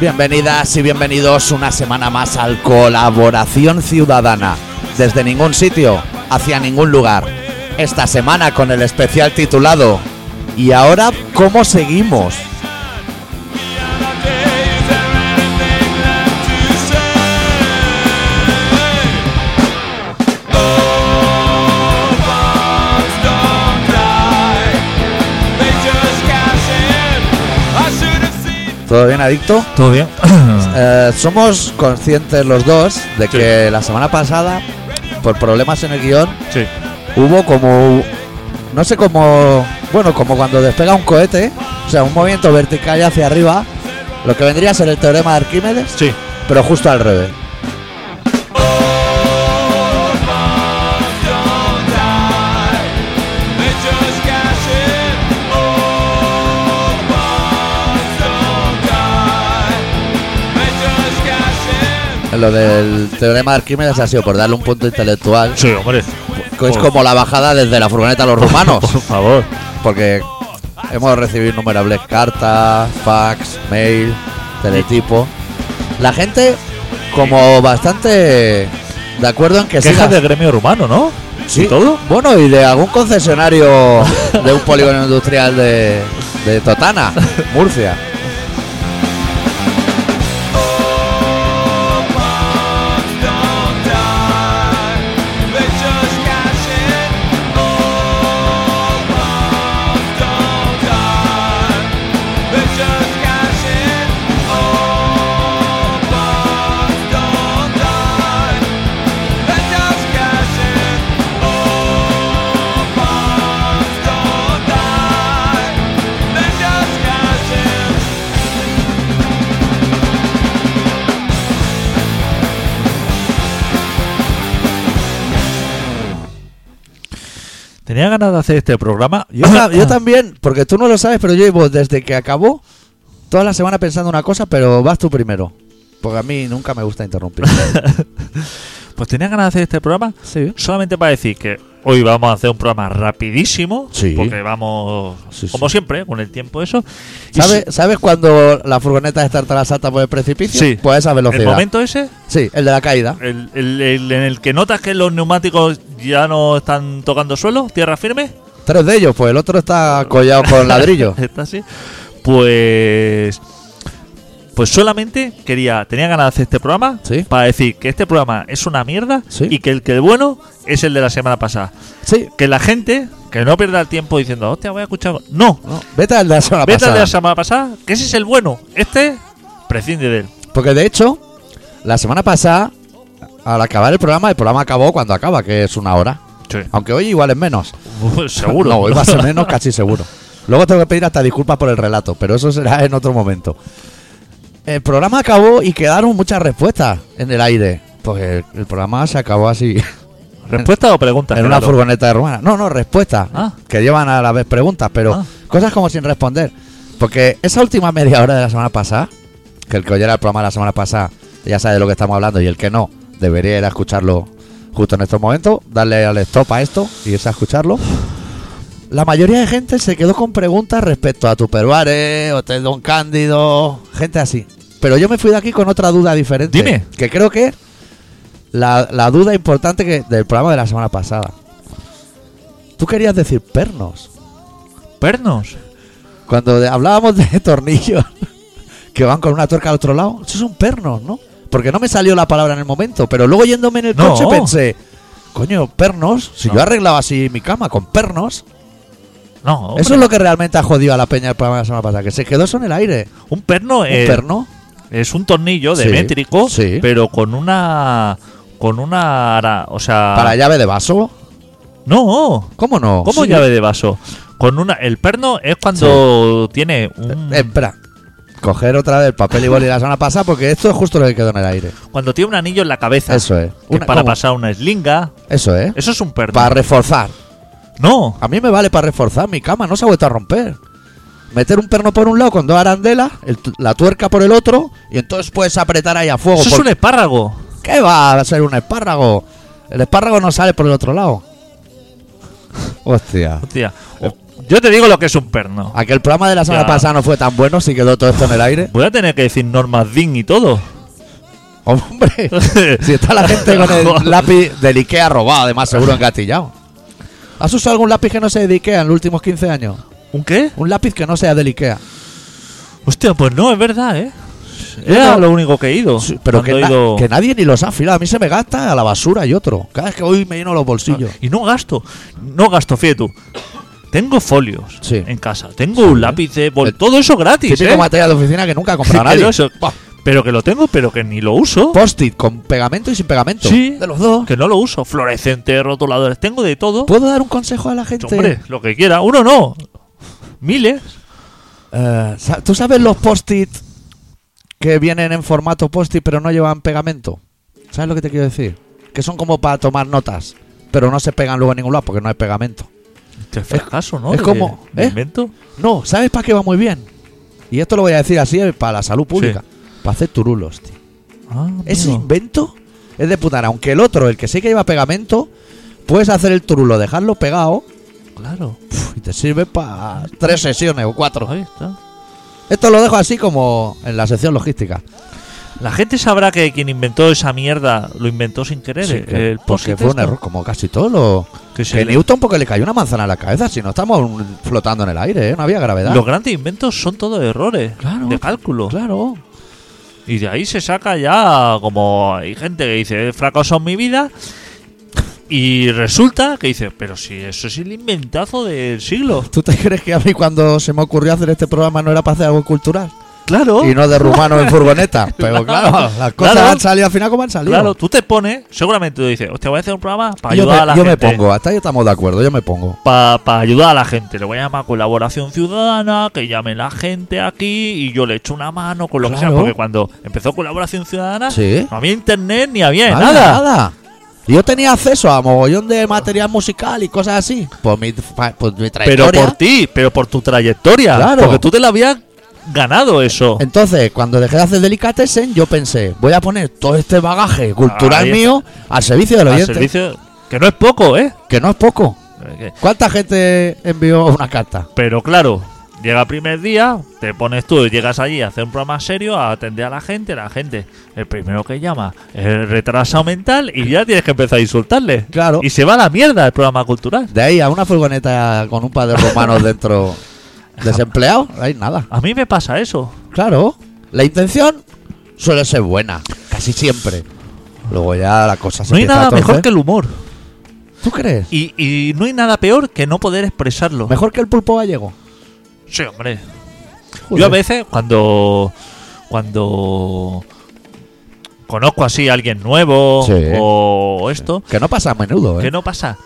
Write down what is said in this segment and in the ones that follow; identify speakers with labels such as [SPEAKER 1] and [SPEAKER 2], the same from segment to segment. [SPEAKER 1] Bienvenidas y bienvenidos una semana más al Colaboración Ciudadana. Desde ningún sitio, hacia ningún lugar. Esta semana con el especial titulado ¿Y ahora cómo seguimos? ¿Todo bien, Adicto?
[SPEAKER 2] Todo bien.
[SPEAKER 1] Eh, somos conscientes los dos de
[SPEAKER 2] Sí.
[SPEAKER 1] que la semana pasada, por problemas en el guión,
[SPEAKER 2] sí.
[SPEAKER 1] hubo como. No sé cómo. Bueno, como cuando despega un cohete, o sea, un movimiento vertical hacia arriba, lo que vendría a ser el teorema de Arquímedes,
[SPEAKER 2] Sí.
[SPEAKER 1] pero justo al revés.
[SPEAKER 3] Oh,
[SPEAKER 1] Lo del teorema de Arquímedes ha sido por darle un punto intelectual,
[SPEAKER 2] Sí, hombre.
[SPEAKER 1] que es como la bajada desde la furgoneta a los romanos,
[SPEAKER 2] Por favor.
[SPEAKER 1] porque hemos recibido innumerables cartas, fax, mail, teletipo. La gente, como bastante de acuerdo en que siga
[SPEAKER 2] Quejas del gremio rumano, ¿no?
[SPEAKER 1] Sí.
[SPEAKER 2] ¿Y todo?
[SPEAKER 1] Bueno, y de algún concesionario de un polígono industrial de, de Totana, Murcia.
[SPEAKER 2] Tenía ganas de hacer este programa.
[SPEAKER 1] Yo, ta- yo también, porque tú no lo sabes, pero yo llevo desde que acabó toda la semana pensando una cosa, pero vas tú primero. Porque a mí nunca me gusta interrumpir.
[SPEAKER 2] Pues tenía ganas de hacer este programa
[SPEAKER 1] Sí.
[SPEAKER 2] solamente para decir que hoy vamos a hacer un programa rapidísimo.
[SPEAKER 1] Sí.
[SPEAKER 2] Porque vamos,
[SPEAKER 1] Sí, sí.
[SPEAKER 2] como siempre, con el tiempo eso. Y
[SPEAKER 1] ¿Sabe- ¿Sabes cuando la furgoneta está la salta por el precipicio?
[SPEAKER 2] Sí.
[SPEAKER 1] Pues a esa
[SPEAKER 2] si- El
[SPEAKER 1] velocidad.
[SPEAKER 2] momento ese,
[SPEAKER 1] Sí, el de la caída.
[SPEAKER 2] el- el- el en el que notas que los neumáticos ya no están tocando suelo, tierra firme,
[SPEAKER 1] Tres de ellos, pues el otro está collado con ladrillo.
[SPEAKER 2] Está así. Pues. Pues solamente quería. Tenía ganas de hacer este programa.
[SPEAKER 1] Sí.
[SPEAKER 2] Para decir que este programa es una mierda.
[SPEAKER 1] Sí.
[SPEAKER 2] Y que el que el bueno es el de la semana pasada.
[SPEAKER 1] Sí.
[SPEAKER 2] Que la gente. Que no pierda el tiempo diciendo, hostia, voy a escuchar. No.
[SPEAKER 1] No, vete al de la semana
[SPEAKER 2] Vete al
[SPEAKER 1] pasada.
[SPEAKER 2] de la semana pasada. Que ese es el bueno. Este. Prescinde de él.
[SPEAKER 1] Porque de hecho, la semana pasada, al acabar el programa, el programa acabó cuando acaba, que es una hora. Aunque hoy igual es menos.
[SPEAKER 2] Seguro.
[SPEAKER 1] No, hoy va a ser menos, casi seguro. Luego tengo que pedir hasta disculpas por el relato, pero eso será en otro momento. El programa acabó y quedaron muchas respuestas en el aire. Porque el, el programa se acabó así,
[SPEAKER 2] ¿Respuesta o pregunta?
[SPEAKER 1] en una
[SPEAKER 2] Gerardo?
[SPEAKER 1] furgoneta de rumana. No, no, respuestas.
[SPEAKER 2] Ah.
[SPEAKER 1] Que llevan a la vez preguntas, pero
[SPEAKER 2] Ah.
[SPEAKER 1] cosas como sin responder. Porque esa última media hora de la semana pasada, que el que oyera el programa la semana pasada ya sabe de lo que estamos hablando y el que no, debería ir a escucharlo justo en estos momentos, darle al stop a esto y irse a escucharlo. La mayoría de gente se quedó con preguntas respecto a Tupperware, Hotel Don Cándido, gente así. Pero yo me fui de aquí con otra duda diferente.
[SPEAKER 2] Dime.
[SPEAKER 1] Que creo que la, la duda importante que del programa de la semana pasada. Tú querías decir pernos.
[SPEAKER 2] Pernos.
[SPEAKER 1] Cuando de- hablábamos de tornillos que van con una tuerca al otro lado, esos son pernos, ¿no? Porque no me salió la palabra en el momento, pero luego yéndome en el
[SPEAKER 2] No.
[SPEAKER 1] coche pensé, coño, pernos, si
[SPEAKER 2] No.
[SPEAKER 1] yo arreglaba así mi cama con pernos,
[SPEAKER 2] No.
[SPEAKER 1] eso
[SPEAKER 2] hombre,
[SPEAKER 1] es lo que realmente ha jodido a la peña el programa de la semana pasada, que se quedó eso en el aire.
[SPEAKER 2] Un perno eh,
[SPEAKER 1] Un
[SPEAKER 2] es.
[SPEAKER 1] perno.
[SPEAKER 2] Es un tornillo de
[SPEAKER 1] Sí,
[SPEAKER 2] métrico,
[SPEAKER 1] sí.
[SPEAKER 2] pero con una. Con una. ara- O sea.
[SPEAKER 1] ¿Para llave de vaso?
[SPEAKER 2] No,
[SPEAKER 1] ¿Cómo no?
[SPEAKER 2] ¿cómo
[SPEAKER 1] Sí.
[SPEAKER 2] llave de vaso? Con una. El perno es cuando tiene un.
[SPEAKER 1] Eh, espera. Coger otra vez el papel y boli de la semana pasada porque esto es justo lo que quedó en el aire.
[SPEAKER 2] Cuando tiene un anillo en la cabeza.
[SPEAKER 1] Eso es.
[SPEAKER 2] Ah, que
[SPEAKER 1] Una-
[SPEAKER 2] para
[SPEAKER 1] ¿cómo?
[SPEAKER 2] pasar una eslinga.
[SPEAKER 1] Eso es.
[SPEAKER 2] Eso es un perno.
[SPEAKER 1] Para reforzar.
[SPEAKER 2] no.
[SPEAKER 1] A mí me vale para reforzar mi cama, no se ha vuelto a romper. Meter un perno por un lado con dos arandelas, el tu- la tuerca por el otro, y entonces puedes apretar ahí a fuego.
[SPEAKER 2] Eso es
[SPEAKER 1] por-
[SPEAKER 2] un espárrago.
[SPEAKER 1] ¿Qué va a ser un espárrago? El espárrago no sale por el otro lado. Hostia. Eh.
[SPEAKER 2] Hostia. O- Yo te digo lo que es un perno.
[SPEAKER 1] Aquel programa de la semana
[SPEAKER 2] Ya.
[SPEAKER 1] pasada no fue tan bueno, si quedó todo esto en el aire.
[SPEAKER 2] Voy a tener que decir normas DIN y todo.
[SPEAKER 1] Hombre, si está la gente con el lápiz del Ikea robado, además seguro engatillado. ¿Has usado algún lápiz que no sea de Ikea en los últimos 15 años?
[SPEAKER 2] ¿Un qué?
[SPEAKER 1] Un lápiz que no sea del Ikea.
[SPEAKER 2] Hostia, pues no, es verdad, ¿eh? Era
[SPEAKER 1] no-
[SPEAKER 2] lo único que he ido.
[SPEAKER 1] Sí, Pero que,
[SPEAKER 2] cuando he
[SPEAKER 1] na-
[SPEAKER 2] ido-
[SPEAKER 1] que nadie ni los ha afilado. A mí se me gasta a la basura y otro. Cada vez que voy me lleno los bolsillos.
[SPEAKER 2] Y no gasto. No gasto, fíjate tú. Tengo folios
[SPEAKER 1] Sí.
[SPEAKER 2] en casa. Tengo un lápiz de bol-
[SPEAKER 1] El-
[SPEAKER 2] Todo eso gratis.
[SPEAKER 1] Típico
[SPEAKER 2] ¿eh?
[SPEAKER 1] material de oficina que nunca ha comprado
[SPEAKER 2] Que
[SPEAKER 1] nadie.
[SPEAKER 2] no, eso-
[SPEAKER 1] Buah,
[SPEAKER 2] Pero que lo tengo, pero que ni lo uso.
[SPEAKER 1] Post-it con pegamento y sin pegamento.
[SPEAKER 2] Sí.
[SPEAKER 1] De los dos.
[SPEAKER 2] Que no lo uso. Fluorescente, rotuladores. Tengo de todo.
[SPEAKER 1] ¿Puedo dar un consejo a la gente?
[SPEAKER 2] Pues Hombre, lo que quiera. Uno no. Miles.
[SPEAKER 1] Eh, sa- ¿Tú sabes los post-it que vienen en formato post-it pero no llevan pegamento? ¿Sabes lo que te quiero decir? Que son como para tomar notas, pero no se pegan luego en ningún lado porque no hay pegamento.
[SPEAKER 2] Este fracaso, ¿no?
[SPEAKER 1] es
[SPEAKER 2] De-
[SPEAKER 1] como-
[SPEAKER 2] de
[SPEAKER 1] ¿eh?
[SPEAKER 2] invento.
[SPEAKER 1] No, ¿sabes para qué va muy bien? Y esto lo voy a decir así eh, para la salud pública. Para hacer turulos, tío.
[SPEAKER 2] Ah,
[SPEAKER 1] Ese
[SPEAKER 2] amigo.
[SPEAKER 1] invento es de putar. Aunque el otro, el que sí que lleva pegamento, puedes hacer el turulo, dejarlo pegado
[SPEAKER 2] Claro.
[SPEAKER 1] y te sirve para tres sesiones o cuatro.
[SPEAKER 2] Ahí está.
[SPEAKER 1] Esto lo dejo así como en la sección logística.
[SPEAKER 2] La gente sabrá que quien inventó esa mierda lo inventó sin querer.
[SPEAKER 1] Sí,
[SPEAKER 2] eh,
[SPEAKER 1] que-
[SPEAKER 2] el
[SPEAKER 1] porque
[SPEAKER 2] post-it
[SPEAKER 1] fue un
[SPEAKER 2] este.
[SPEAKER 1] error, como casi todo lo.
[SPEAKER 2] Que se
[SPEAKER 1] Que
[SPEAKER 2] le-
[SPEAKER 1] Newton porque le cayó una manzana a la cabeza, si no estamos mm, flotando en el aire, ¿eh? no había gravedad.
[SPEAKER 2] Los grandes inventos son todos errores
[SPEAKER 1] Claro.
[SPEAKER 2] de cálculo.
[SPEAKER 1] Claro.
[SPEAKER 2] Y de ahí se saca ya, como hay gente que dice, he fracasado en mi vida. Y resulta que dice, pero si eso es el inventazo del siglo.
[SPEAKER 1] ¿Tú te crees que a mí cuando se me ocurrió hacer este programa no era para hacer algo cultural?
[SPEAKER 2] Claro,
[SPEAKER 1] Y no de rumano en furgoneta. Pero claro, las cosas
[SPEAKER 2] Oh. Claro.
[SPEAKER 1] han salido al final como han salido.
[SPEAKER 2] claro, tú te pones, seguramente tú dices, hostia, voy a hacer un programa para
[SPEAKER 1] yo
[SPEAKER 2] ayudar
[SPEAKER 1] me,
[SPEAKER 2] a la
[SPEAKER 1] yo me
[SPEAKER 2] gente.
[SPEAKER 1] pongo, hasta ahí estamos de acuerdo, yo me pongo.
[SPEAKER 2] Para ayudar a la gente, le voy a llamar colaboración ciudadana, que llame la gente aquí y yo le echo una mano con lo que
[SPEAKER 1] Claro.
[SPEAKER 2] sea, porque cuando empezó colaboración ciudadana,
[SPEAKER 1] Sí.
[SPEAKER 2] no había internet ni había
[SPEAKER 1] Nada,
[SPEAKER 2] Ah. Eh, nada.
[SPEAKER 1] nada. Yo tenía acceso a mogollón de material musical y cosas así. Por mi, fa- por mi
[SPEAKER 2] Pero
[SPEAKER 1] trayectoria.
[SPEAKER 2] por ti, pero por tu trayectoria.
[SPEAKER 1] Claro.
[SPEAKER 2] Porque tú te la habías ganado eso.
[SPEAKER 1] Entonces, cuando dejé de hacer delicatessen, yo pensé, voy a poner todo este bagaje cultural
[SPEAKER 2] Ahí está.
[SPEAKER 1] mío al servicio del
[SPEAKER 2] Al
[SPEAKER 1] oyente,
[SPEAKER 2] servicio- que no es poco, ¿eh?
[SPEAKER 1] que no es poco.
[SPEAKER 2] Que-
[SPEAKER 1] ¿Cuánta gente envió una carta?
[SPEAKER 2] Pero claro, llega el primer día, te pones tú y llegas allí a hacer un programa serio, a atender a la gente, la gente, el primero que llama es el retrasado mental y ya tienes que empezar a insultarle.
[SPEAKER 1] Claro.
[SPEAKER 2] Y se va a la mierda el programa cultural.
[SPEAKER 1] De ahí a una furgoneta con un par de romanos dentro desempleado, no hay nada.
[SPEAKER 2] A mí me pasa eso.
[SPEAKER 1] Claro, la intención suele ser buena, casi siempre. Luego ya la cosa se
[SPEAKER 2] No hay
[SPEAKER 1] empieza
[SPEAKER 2] nada
[SPEAKER 1] a torcer.
[SPEAKER 2] mejor que el humor.
[SPEAKER 1] ¿Tú crees?
[SPEAKER 2] Y, y no hay nada peor que no poder expresarlo.
[SPEAKER 1] Mejor que el pulpo gallego.
[SPEAKER 2] Sí, hombre.
[SPEAKER 1] Joder.
[SPEAKER 2] Yo a veces cuando cuando conozco así a alguien nuevo
[SPEAKER 1] Sí.
[SPEAKER 2] o esto,
[SPEAKER 1] Que no pasa a menudo, ¿eh?
[SPEAKER 2] que no pasa.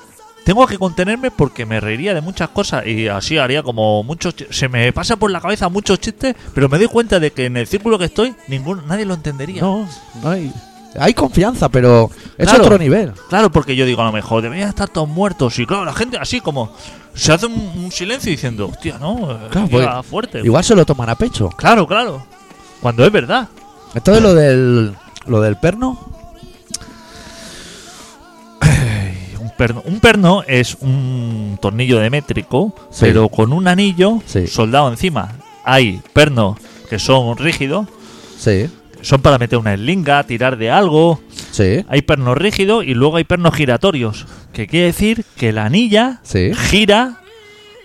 [SPEAKER 2] Tengo que contenerme porque me reiría de muchas cosas y así haría como muchos chi- se me pasa por la cabeza muchos chistes, pero me doy cuenta de que en el círculo que estoy ninguno nadie lo entendería.
[SPEAKER 1] No, no hay. Hay confianza, pero es
[SPEAKER 2] Claro.
[SPEAKER 1] otro nivel.
[SPEAKER 2] Claro, porque yo digo a lo mejor deberían estar todos muertos y claro, la gente así como se hace un, un silencio diciendo, hostia, no, eh,
[SPEAKER 1] Claro,
[SPEAKER 2] iba
[SPEAKER 1] porque
[SPEAKER 2] fuerte.
[SPEAKER 1] Igual se lo toman a pecho.
[SPEAKER 2] Claro, claro. Cuando es verdad.
[SPEAKER 1] Entonces lo del lo del perno,
[SPEAKER 2] Un perno, un perno es un tornillo de métrico,
[SPEAKER 1] Sí.
[SPEAKER 2] pero con un anillo
[SPEAKER 1] Sí.
[SPEAKER 2] soldado encima. Hay pernos que son rígidos,
[SPEAKER 1] sí,
[SPEAKER 2] son para meter una eslinga, tirar de algo.
[SPEAKER 1] sí,
[SPEAKER 2] Hay pernos rígidos y luego hay pernos giratorios, que quiere decir que la anilla
[SPEAKER 1] sí.
[SPEAKER 2] gira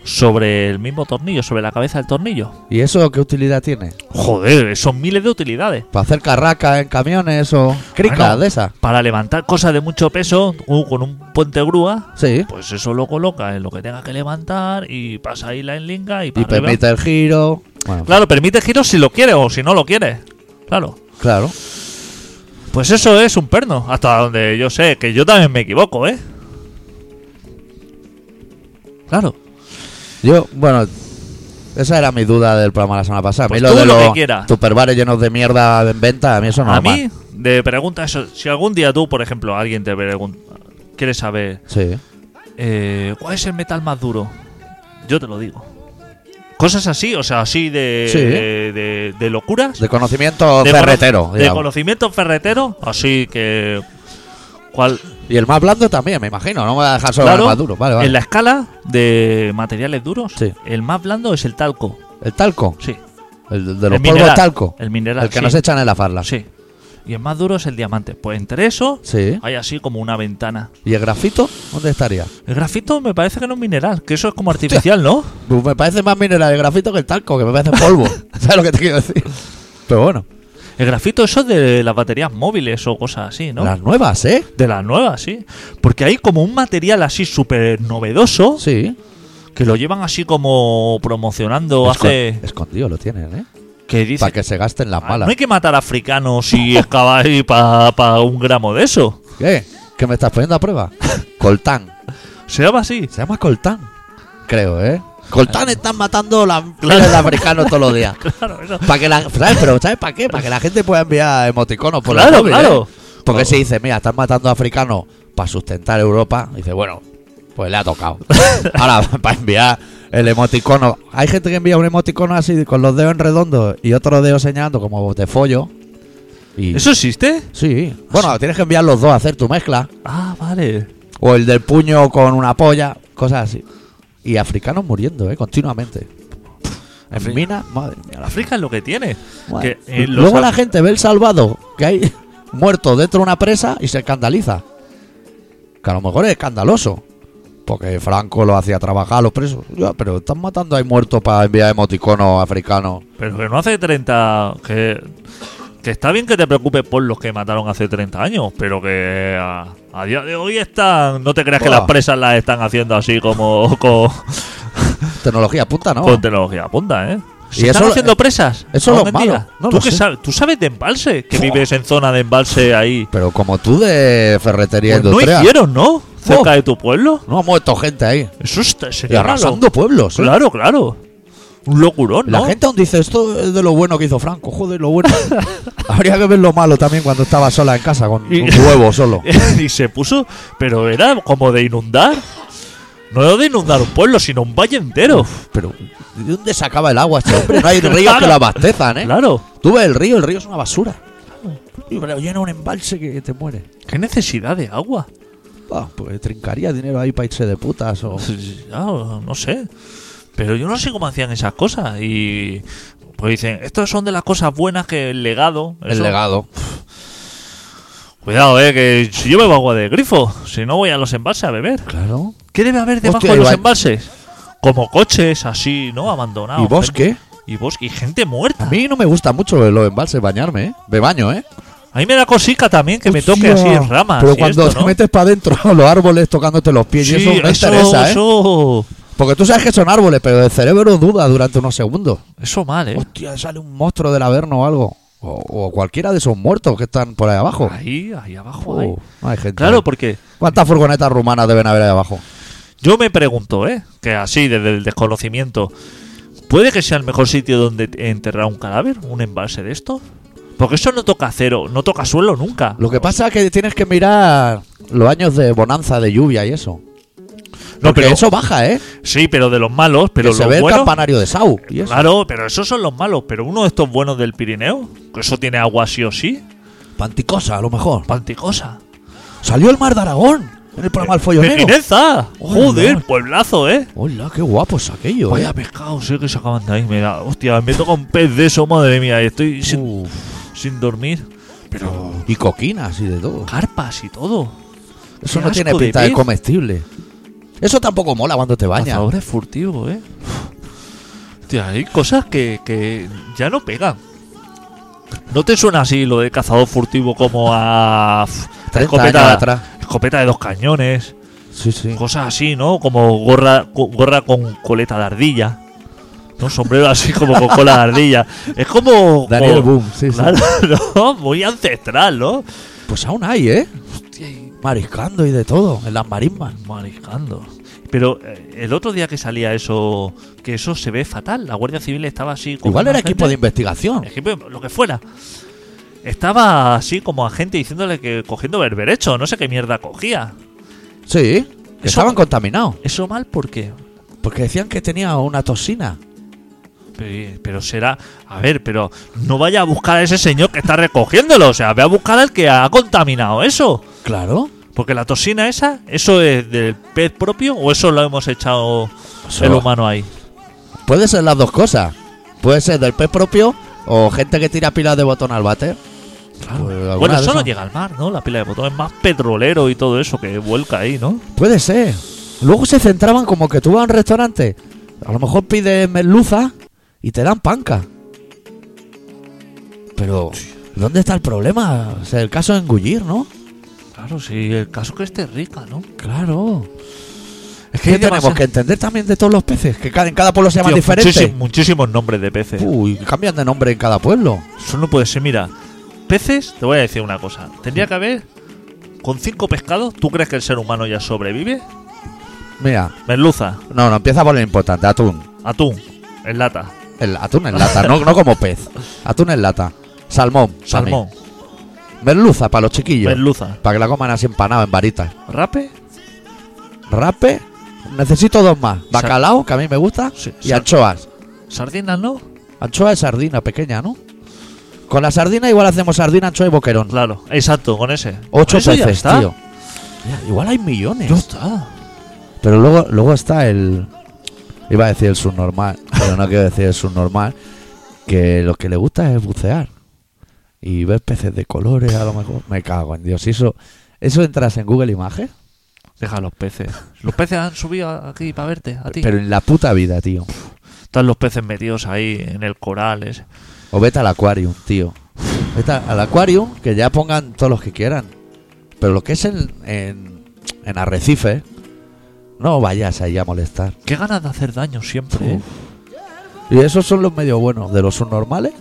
[SPEAKER 2] sobre el mismo tornillo, sobre la cabeza del tornillo.
[SPEAKER 1] ¿Y eso qué utilidad tiene?
[SPEAKER 2] Joder, son miles de utilidades.
[SPEAKER 1] ¿Para hacer carracas en camiones o cricas
[SPEAKER 2] Bueno.
[SPEAKER 1] de esas?
[SPEAKER 2] Para levantar cosas de mucho peso u- con un puente grúa,
[SPEAKER 1] Sí.
[SPEAKER 2] pues eso lo coloca en lo que tenga que levantar y pasa ahí la enlinga y
[SPEAKER 1] Y
[SPEAKER 2] para arriba.
[SPEAKER 1] permite el giro. Bueno,
[SPEAKER 2] Claro, permite giros si lo quiere o si no lo quiere. Claro.
[SPEAKER 1] claro.
[SPEAKER 2] Pues eso es un perno, hasta donde yo sé, que yo también me equivoco, ¿eh? Claro.
[SPEAKER 1] Yo, bueno, esa era mi duda del programa la semana pasada. A mí
[SPEAKER 2] Pues
[SPEAKER 1] lo
[SPEAKER 2] tú
[SPEAKER 1] de
[SPEAKER 2] lo que
[SPEAKER 1] los
[SPEAKER 2] quieras.
[SPEAKER 1] superbares llenos de mierda en venta, a mí eso no
[SPEAKER 2] a mí, de pregunta eso, si algún día tú, por ejemplo, alguien te pregunta, quieres saber,
[SPEAKER 1] Sí.
[SPEAKER 2] eh, ¿cuál es el metal más duro? Yo te lo digo. Cosas así, o sea, así de,
[SPEAKER 1] Sí.
[SPEAKER 2] de, de- de locuras.
[SPEAKER 1] De conocimiento
[SPEAKER 2] de cono-
[SPEAKER 1] ferretero.
[SPEAKER 2] De
[SPEAKER 1] digamos.
[SPEAKER 2] conocimiento ferretero, así que... ¿Cuál?
[SPEAKER 1] Y el más blando también, me imagino. No me voy a dejar solo
[SPEAKER 2] Claro,
[SPEAKER 1] el más duro. Vale, vale.
[SPEAKER 2] En la escala de materiales duros,
[SPEAKER 1] Sí.
[SPEAKER 2] el más blando es el talco.
[SPEAKER 1] El talco.
[SPEAKER 2] Sí.
[SPEAKER 1] El de los polvos
[SPEAKER 2] el mineral,
[SPEAKER 1] talco.
[SPEAKER 2] El mineral.
[SPEAKER 1] El que
[SPEAKER 2] sí.
[SPEAKER 1] no se echan en la farla.
[SPEAKER 2] Sí. Y el más duro es el diamante. Pues entre eso
[SPEAKER 1] Ah. Sí.
[SPEAKER 2] hay así como una ventana.
[SPEAKER 1] ¿Y el grafito? ¿Dónde estaría?
[SPEAKER 2] El grafito me parece que no es mineral, que eso es como artificial, ¿no?
[SPEAKER 1] Pues me parece más mineral el grafito que el talco, que me parece polvo. ¿Sabes lo que te quiero decir? Pero bueno,
[SPEAKER 2] El grafito eso es de las baterías móviles o cosas así, ¿no?
[SPEAKER 1] las nuevas, ¿eh?
[SPEAKER 2] De las nuevas, sí. Porque hay como un material así súper novedoso
[SPEAKER 1] Sí.
[SPEAKER 2] que lo llevan así como promocionando
[SPEAKER 1] Esco-
[SPEAKER 2] hace...
[SPEAKER 1] Escondido lo tienen, ¿eh?
[SPEAKER 2] Que dice...
[SPEAKER 1] Para que se gasten las
[SPEAKER 2] "Ah,
[SPEAKER 1] malas.
[SPEAKER 2] No hay que matar africanos y excavar para un gramo de eso.
[SPEAKER 1] ¿Qué? ¿Qué me estás poniendo a prueba? Coltán.
[SPEAKER 2] Se llama así.
[SPEAKER 1] Se llama Coltán. Creo, ¿eh? Coltán están matando la los africanos todos los días.
[SPEAKER 2] Claro, eso-
[SPEAKER 1] Para que la, ¿Sabes? Pero ¿sabes para qué? Para que la gente pueda enviar emoticonos por
[SPEAKER 2] Claro,
[SPEAKER 1] el móvil, ¿eh?
[SPEAKER 2] claro.
[SPEAKER 1] Porque
[SPEAKER 2] Claro.
[SPEAKER 1] si dice, mira, están matando a africanos para sustentar Europa, dice, bueno, pues le ha tocado. Ahora, para enviar el emoticono. Hay gente que envía un emoticono así con los dedos en redondo y otro dedo señalando como de follo. Y...
[SPEAKER 2] ¿Eso existe?
[SPEAKER 1] Sí. Bueno, tienes que enviar los dos a hacer tu mezcla.
[SPEAKER 2] Ah, vale.
[SPEAKER 1] O el del puño con una polla, cosas así. Y africanos muriendo, ¿eh? Continuamente. En
[SPEAKER 2] Afri-
[SPEAKER 1] minas, madre mía. la-
[SPEAKER 2] África es lo que tiene.
[SPEAKER 1] Madre.
[SPEAKER 2] Que, eh, los
[SPEAKER 1] Luego
[SPEAKER 2] af-
[SPEAKER 1] la gente ve el salvado que hay muerto dentro de una presa y se escandaliza. Que a lo mejor es escandaloso. Porque Franco lo hacía trabajar a los presos. Ya, pero están matando ahí muertos para enviar emoticonos africanos.
[SPEAKER 2] Pero que no hace 30. Que, que está bien que te preocupes por los que mataron hace 30 años, pero que a, a día de hoy están. No te creas que
[SPEAKER 1] Buah.
[SPEAKER 2] las presas las están haciendo así como con,
[SPEAKER 1] Tecnología punta, ¿no?
[SPEAKER 2] con tecnología a punta, ¿eh? ¿Se
[SPEAKER 1] Y
[SPEAKER 2] están
[SPEAKER 1] eso-
[SPEAKER 2] haciendo presas?
[SPEAKER 1] eso
[SPEAKER 2] No
[SPEAKER 1] lo
[SPEAKER 2] me
[SPEAKER 1] malo.
[SPEAKER 2] digas.
[SPEAKER 1] No
[SPEAKER 2] ¿Tú,
[SPEAKER 1] lo
[SPEAKER 2] qué
[SPEAKER 1] sé.
[SPEAKER 2] sabes? ¿Tú sabes de embalse? Que
[SPEAKER 1] Buah.
[SPEAKER 2] vives en zona de embalse ahí.
[SPEAKER 1] Pero como tú de ferretería
[SPEAKER 2] Pues no
[SPEAKER 1] industrial.
[SPEAKER 2] hicieron, ¿no? Cerca de tu pueblo.
[SPEAKER 1] No ha muerto gente ahí.
[SPEAKER 2] Eso está-
[SPEAKER 1] Y
[SPEAKER 2] sería raro.
[SPEAKER 1] arrasando pueblos. ¿eh?
[SPEAKER 2] Claro, claro. Un locurón,
[SPEAKER 1] La
[SPEAKER 2] ¿no?
[SPEAKER 1] gente aún dice, esto es de lo bueno que hizo Franco, joder, lo bueno. Habría que ver lo malo también cuando estaba sola en casa, con
[SPEAKER 2] Y-
[SPEAKER 1] un huevo solo.
[SPEAKER 2] y se puso, pero era como de inundar. No de inundar un pueblo, sino un valle entero.
[SPEAKER 1] Pero, ¿de dónde sacaba el agua este hombre? No hay ríos que
[SPEAKER 2] Claro.
[SPEAKER 1] lo abastezan, ¿eh?
[SPEAKER 2] Claro.
[SPEAKER 1] Tú ves el río, el río es una basura. Y pero llena un embalse que te muere.
[SPEAKER 2] ¿Qué necesidad de agua?
[SPEAKER 1] Ah, pues trincaría dinero ahí para irse de putas o...
[SPEAKER 2] Oh. Ya, no sé. Pero yo no sé cómo hacían esas cosas. Y pues dicen, estos son de las cosas buenas que el legado.
[SPEAKER 1] El
[SPEAKER 2] eso-
[SPEAKER 1] legado.
[SPEAKER 2] Cuidado, eh, que si yo bebo agua de grifo, si no voy a los embalses a beber.
[SPEAKER 1] Claro.
[SPEAKER 2] ¿Qué debe haber debajo
[SPEAKER 1] Hostia,
[SPEAKER 2] de los
[SPEAKER 1] Iván.
[SPEAKER 2] embalses? Como coches así, ¿no? Abandonados.
[SPEAKER 1] ¿Y bosque?
[SPEAKER 2] gente- Y bosque. Y gente
[SPEAKER 1] A
[SPEAKER 2] muerta.
[SPEAKER 1] mí no me gusta mucho los embalses, bañarme, ¿eh? Me baño, ¿eh?
[SPEAKER 2] A mí me da cosica también que me
[SPEAKER 1] Hostia.
[SPEAKER 2] toque así en ramas.
[SPEAKER 1] Pero
[SPEAKER 2] y
[SPEAKER 1] cuando
[SPEAKER 2] esto,
[SPEAKER 1] te
[SPEAKER 2] ¿no?
[SPEAKER 1] metes para adentro los árboles tocándote los pies, y eso no
[SPEAKER 2] eso,
[SPEAKER 1] interesa, ¿eh?
[SPEAKER 2] eso,
[SPEAKER 1] Porque tú sabes que son árboles, pero el cerebro duda durante unos segundos.
[SPEAKER 2] eso mal, ¿eh?
[SPEAKER 1] Hostia, sale un monstruo del averno o algo. O, o cualquiera de esos muertos que están por ahí abajo.
[SPEAKER 2] Ahí, ahí abajo.
[SPEAKER 1] Oh,
[SPEAKER 2] ahí.
[SPEAKER 1] no hay gente.
[SPEAKER 2] Claro, porque
[SPEAKER 1] ¿Cuántas furgonetas rumanas deben haber ahí abajo?
[SPEAKER 2] yo me pregunto, ¿eh? Que así, desde el desconocimiento, ¿puede que sea el mejor sitio donde enterrar un cadáver? ¿Un embalse de esto? Porque eso no toca cero, no toca suelo nunca.
[SPEAKER 1] Lo que pasa es que tienes que mirar los años de bonanza, de lluvia y eso.
[SPEAKER 2] No,
[SPEAKER 1] Porque
[SPEAKER 2] pero-
[SPEAKER 1] eso baja, ¿eh?
[SPEAKER 2] Sí, pero de los malos, pero
[SPEAKER 1] que se
[SPEAKER 2] los
[SPEAKER 1] ve el
[SPEAKER 2] buenos.
[SPEAKER 1] campanario de Sau. y eso.
[SPEAKER 2] Claro, pero esos son los malos. Pero uno de estos buenos del Pirineo, que eso tiene agua sí o sí,
[SPEAKER 1] Panticosa, a lo mejor.
[SPEAKER 2] panticosa.
[SPEAKER 1] Salió el mar de Aragón en el programa El Follonero.
[SPEAKER 2] ¡Pequineza!
[SPEAKER 1] Oh,
[SPEAKER 2] ¡Joder,
[SPEAKER 1] no.
[SPEAKER 2] pueblazo, eh!
[SPEAKER 1] Hola, qué guapo es aquello.
[SPEAKER 2] Vaya
[SPEAKER 1] ¿eh?
[SPEAKER 2] pescado, sé que se acaban de ahí. Mira, hostia, me toca un pez de eso, madre mía. y Estoy sin,
[SPEAKER 1] Uf,
[SPEAKER 2] sin dormir. Pero
[SPEAKER 1] y coquinas y de todo.
[SPEAKER 2] carpas y todo.
[SPEAKER 1] Eso
[SPEAKER 2] Qué
[SPEAKER 1] no tiene
[SPEAKER 2] asco de
[SPEAKER 1] pinta de,
[SPEAKER 2] pez.
[SPEAKER 1] comestible. Eso tampoco mola cuando te bañas.
[SPEAKER 2] Cazadores furtivos, eh. Hostia, hay cosas que, que ya no pegan. ¿No te suena así lo de cazador furtivo como a. pf,
[SPEAKER 1] 30 años
[SPEAKER 2] escopeta,
[SPEAKER 1] atrás.
[SPEAKER 2] escopeta de dos cañones?
[SPEAKER 1] Sí, sí.
[SPEAKER 2] Cosas así, ¿no? Como gorra, co- gorra con coleta de ardilla. ¿no? Sombrero así como con cola de ardilla. Es como.
[SPEAKER 1] Daniel
[SPEAKER 2] como-
[SPEAKER 1] Boom, sí, sí.
[SPEAKER 2] Claro, ¿no? Muy ancestral, ¿no?
[SPEAKER 1] Pues aún hay, ¿eh?
[SPEAKER 2] Hostia, y
[SPEAKER 1] Mariscando y de todo, en las marismas.
[SPEAKER 2] mariscando. Pero eh, el otro día que salía eso, que eso se ve fatal. La Guardia Civil estaba así como.
[SPEAKER 1] Igual
[SPEAKER 2] una
[SPEAKER 1] era equipo de
[SPEAKER 2] gente- Eh.
[SPEAKER 1] investigación.
[SPEAKER 2] equipo- lo que fuera. Estaba así como agente diciéndole que cogiendo berberecho, no sé qué mierda cogía.
[SPEAKER 1] Sí, que
[SPEAKER 2] Eso-
[SPEAKER 1] estaban contaminados.
[SPEAKER 2] Eso mal porque.
[SPEAKER 1] Porque decían que tenía una toxina.
[SPEAKER 2] Pero, pero será. A ver, pero no vaya a buscar a ese señor que está recogiéndolo. O sea, ve a buscar al que ha contaminado eso.
[SPEAKER 1] Claro.
[SPEAKER 2] Porque la toxina esa, ¿eso es del pez propio o eso lo hemos echado
[SPEAKER 1] Eso-
[SPEAKER 2] el humano ahí?
[SPEAKER 1] Puede ser las dos cosas. Puede ser del pez propio o gente que tira pilas de botón al váter. Pues alguna
[SPEAKER 2] Bueno,
[SPEAKER 1] de
[SPEAKER 2] eso no
[SPEAKER 1] esas.
[SPEAKER 2] llega al mar, ¿no? La pila de botón es más petrolero y todo eso que vuelca ahí, ¿no?
[SPEAKER 1] Puede ser. Luego se centraban como que tú vas a un restaurante. A lo mejor pides merluza y te dan panca. Pero, ¿dónde está el problema? O sea, el caso es engullir, ¿no?
[SPEAKER 2] Claro, sí, el caso que esté rica, ¿no?
[SPEAKER 1] Claro. Es
[SPEAKER 2] hay
[SPEAKER 1] que tenemos
[SPEAKER 2] demasiado-
[SPEAKER 1] que entender también de todos los peces, que cada- en cada pueblo se llaman
[SPEAKER 2] Tío, muchísim-
[SPEAKER 1] diferente.
[SPEAKER 2] muchísimos nombres de peces.
[SPEAKER 1] Uy, cambian de nombre en cada pueblo.
[SPEAKER 2] Eso no puede ser. Mira, peces, te voy a decir una cosa. Tendría que haber, con cinco pescados, ¿tú crees que el ser humano ya sobrevive?
[SPEAKER 1] Mira,
[SPEAKER 2] Merluza,
[SPEAKER 1] no, no, empieza por lo importante, atún.
[SPEAKER 2] atún, en lata,
[SPEAKER 1] El atún en lata, no, no como pez. Atún en lata. Salmón. pa'
[SPEAKER 2] salmón,
[SPEAKER 1] mí. Merluza para los chiquillos.
[SPEAKER 2] merluza,
[SPEAKER 1] para que la coman así empanada en varitas.
[SPEAKER 2] rape,
[SPEAKER 1] Rape, necesito dos más. Bacalao, que a mí me gusta,
[SPEAKER 2] Sí,
[SPEAKER 1] y
[SPEAKER 2] sal-
[SPEAKER 1] anchoas.
[SPEAKER 2] sardinas, ¿no?
[SPEAKER 1] Anchoa es sardina pequeña, ¿no? Con la sardina igual hacemos sardina, anchoa y boquerón.
[SPEAKER 2] Claro, exacto, con ese.
[SPEAKER 1] Ocho
[SPEAKER 2] Con eso ya
[SPEAKER 1] peces,
[SPEAKER 2] está.
[SPEAKER 1] tío. Ya, igual hay millones.
[SPEAKER 2] Ya está.
[SPEAKER 1] Pero luego, luego está el. Iba a decir el subnormal, pero no quiero decir el subnormal. Que lo que le gusta es bucear. Y ver peces de colores, a lo mejor. Me cago en Dios. Eso, eso entras en Google Imagen,
[SPEAKER 2] Deja los peces. Los peces han subido aquí para verte, a ti.
[SPEAKER 1] pero en la puta vida, tío.
[SPEAKER 2] Están los peces metidos ahí en el coral. ese.
[SPEAKER 1] O vete al Aquarium, tío. Vete al Aquarium, que ya pongan todos los que quieran. Pero lo que es en, en, en Arrecife, no vayas ahí a molestar.
[SPEAKER 2] Qué ganas de hacer daño siempre. ¿eh?
[SPEAKER 1] Y esos son los medio buenos de los subnormales.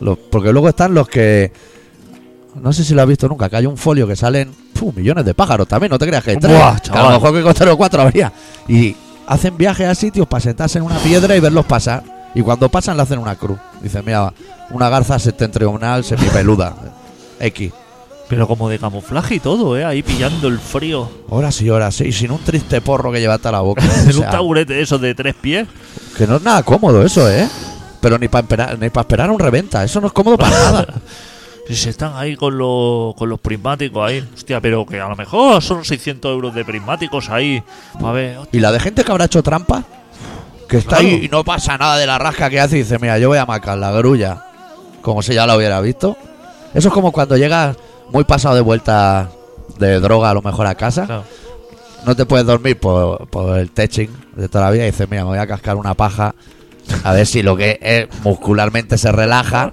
[SPEAKER 1] Los, porque luego están los que. No sé si lo has visto nunca, que hay un folio que salen ¡puf! millones de pájaros también, no te creas que hay tres.
[SPEAKER 2] Buah,
[SPEAKER 1] Que a lo
[SPEAKER 2] chaval.
[SPEAKER 1] mejor que con tres o cuatro habría. Y hacen viajes a sitios para sentarse en una piedra y verlos pasar. Y cuando pasan le hacen una cruz. Dicen, mira, una garza septentrional semipeluda. X.
[SPEAKER 2] Pero como de camuflaje y todo, ¿eh? Ahí pillando el frío.
[SPEAKER 1] Horas y horas, sí, sin un triste porro que llevarte a la boca. O
[SPEAKER 2] En un
[SPEAKER 1] sea,
[SPEAKER 2] taburete de esos de tres pies.
[SPEAKER 1] que no es nada cómodo eso, ¿eh? Pero ni para esperar, ni pa' esperar un reventa, eso no es cómodo para nada.
[SPEAKER 2] Y se están ahí con, los con los prismáticos ahí. Hostia, pero que a lo mejor son 600 euros de prismáticos ahí. A ver,
[SPEAKER 1] Y la de gente que habrá hecho trampa, que está
[SPEAKER 2] Claro.
[SPEAKER 1] ahí y no pasa nada de la rasca que hace y dice, mira, yo voy a marcar la grulla, como si ya la hubiera visto. Eso es como cuando llegas muy pasado de vuelta de droga a lo mejor a casa,
[SPEAKER 2] Claro.
[SPEAKER 1] no te puedes dormir por, por el teching de toda la vida y dices, mira, me voy a cascar una paja, a ver si lo que es muscularmente se relaja.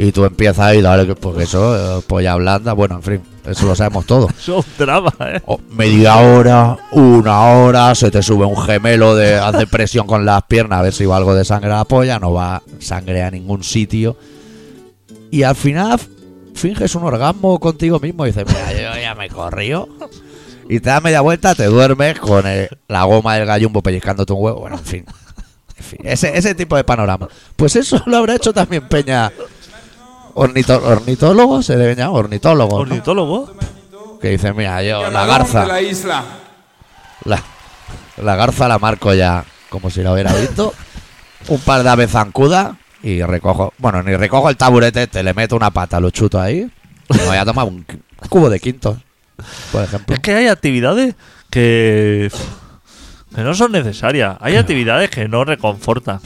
[SPEAKER 1] Y tú empiezas ahí, dale, que- porque eso, eh, polla blanda, bueno, en fin, eso lo sabemos todos.
[SPEAKER 2] son dramas, ¿eh?
[SPEAKER 1] O Oh, media hora, una hora, se te sube un gemelo de hacer presión con las piernas a ver si va algo de sangre a la polla, no va sangre a ningún sitio. Y al final finges un orgasmo contigo mismo y dices, mira, yo ya me he corrido. Y te das media vuelta, te duermes con el- la goma del gallumbo pellizcándote un huevo. Bueno, en fin. En fin, ese, ese tipo de panorama. Pues eso lo habrá hecho también Peña. Ornito, ornitólogo, se deben llamar ornitólogo. ¿no?
[SPEAKER 2] Ornitólogo.
[SPEAKER 1] Que dice, mira, yo, la
[SPEAKER 4] Camarón
[SPEAKER 1] garza.
[SPEAKER 4] de la isla.
[SPEAKER 1] La, la garza la marco ya como si la hubiera visto. Un par de aves zancudas y recojo. Bueno, ni recojo el taburete, te le meto una pata, lo chuto ahí. Y me voy a tomar un qui- cubo de quinto, por ejemplo.
[SPEAKER 2] Es que hay actividades que. que no son necesarias. Hay actividades que no reconfortan.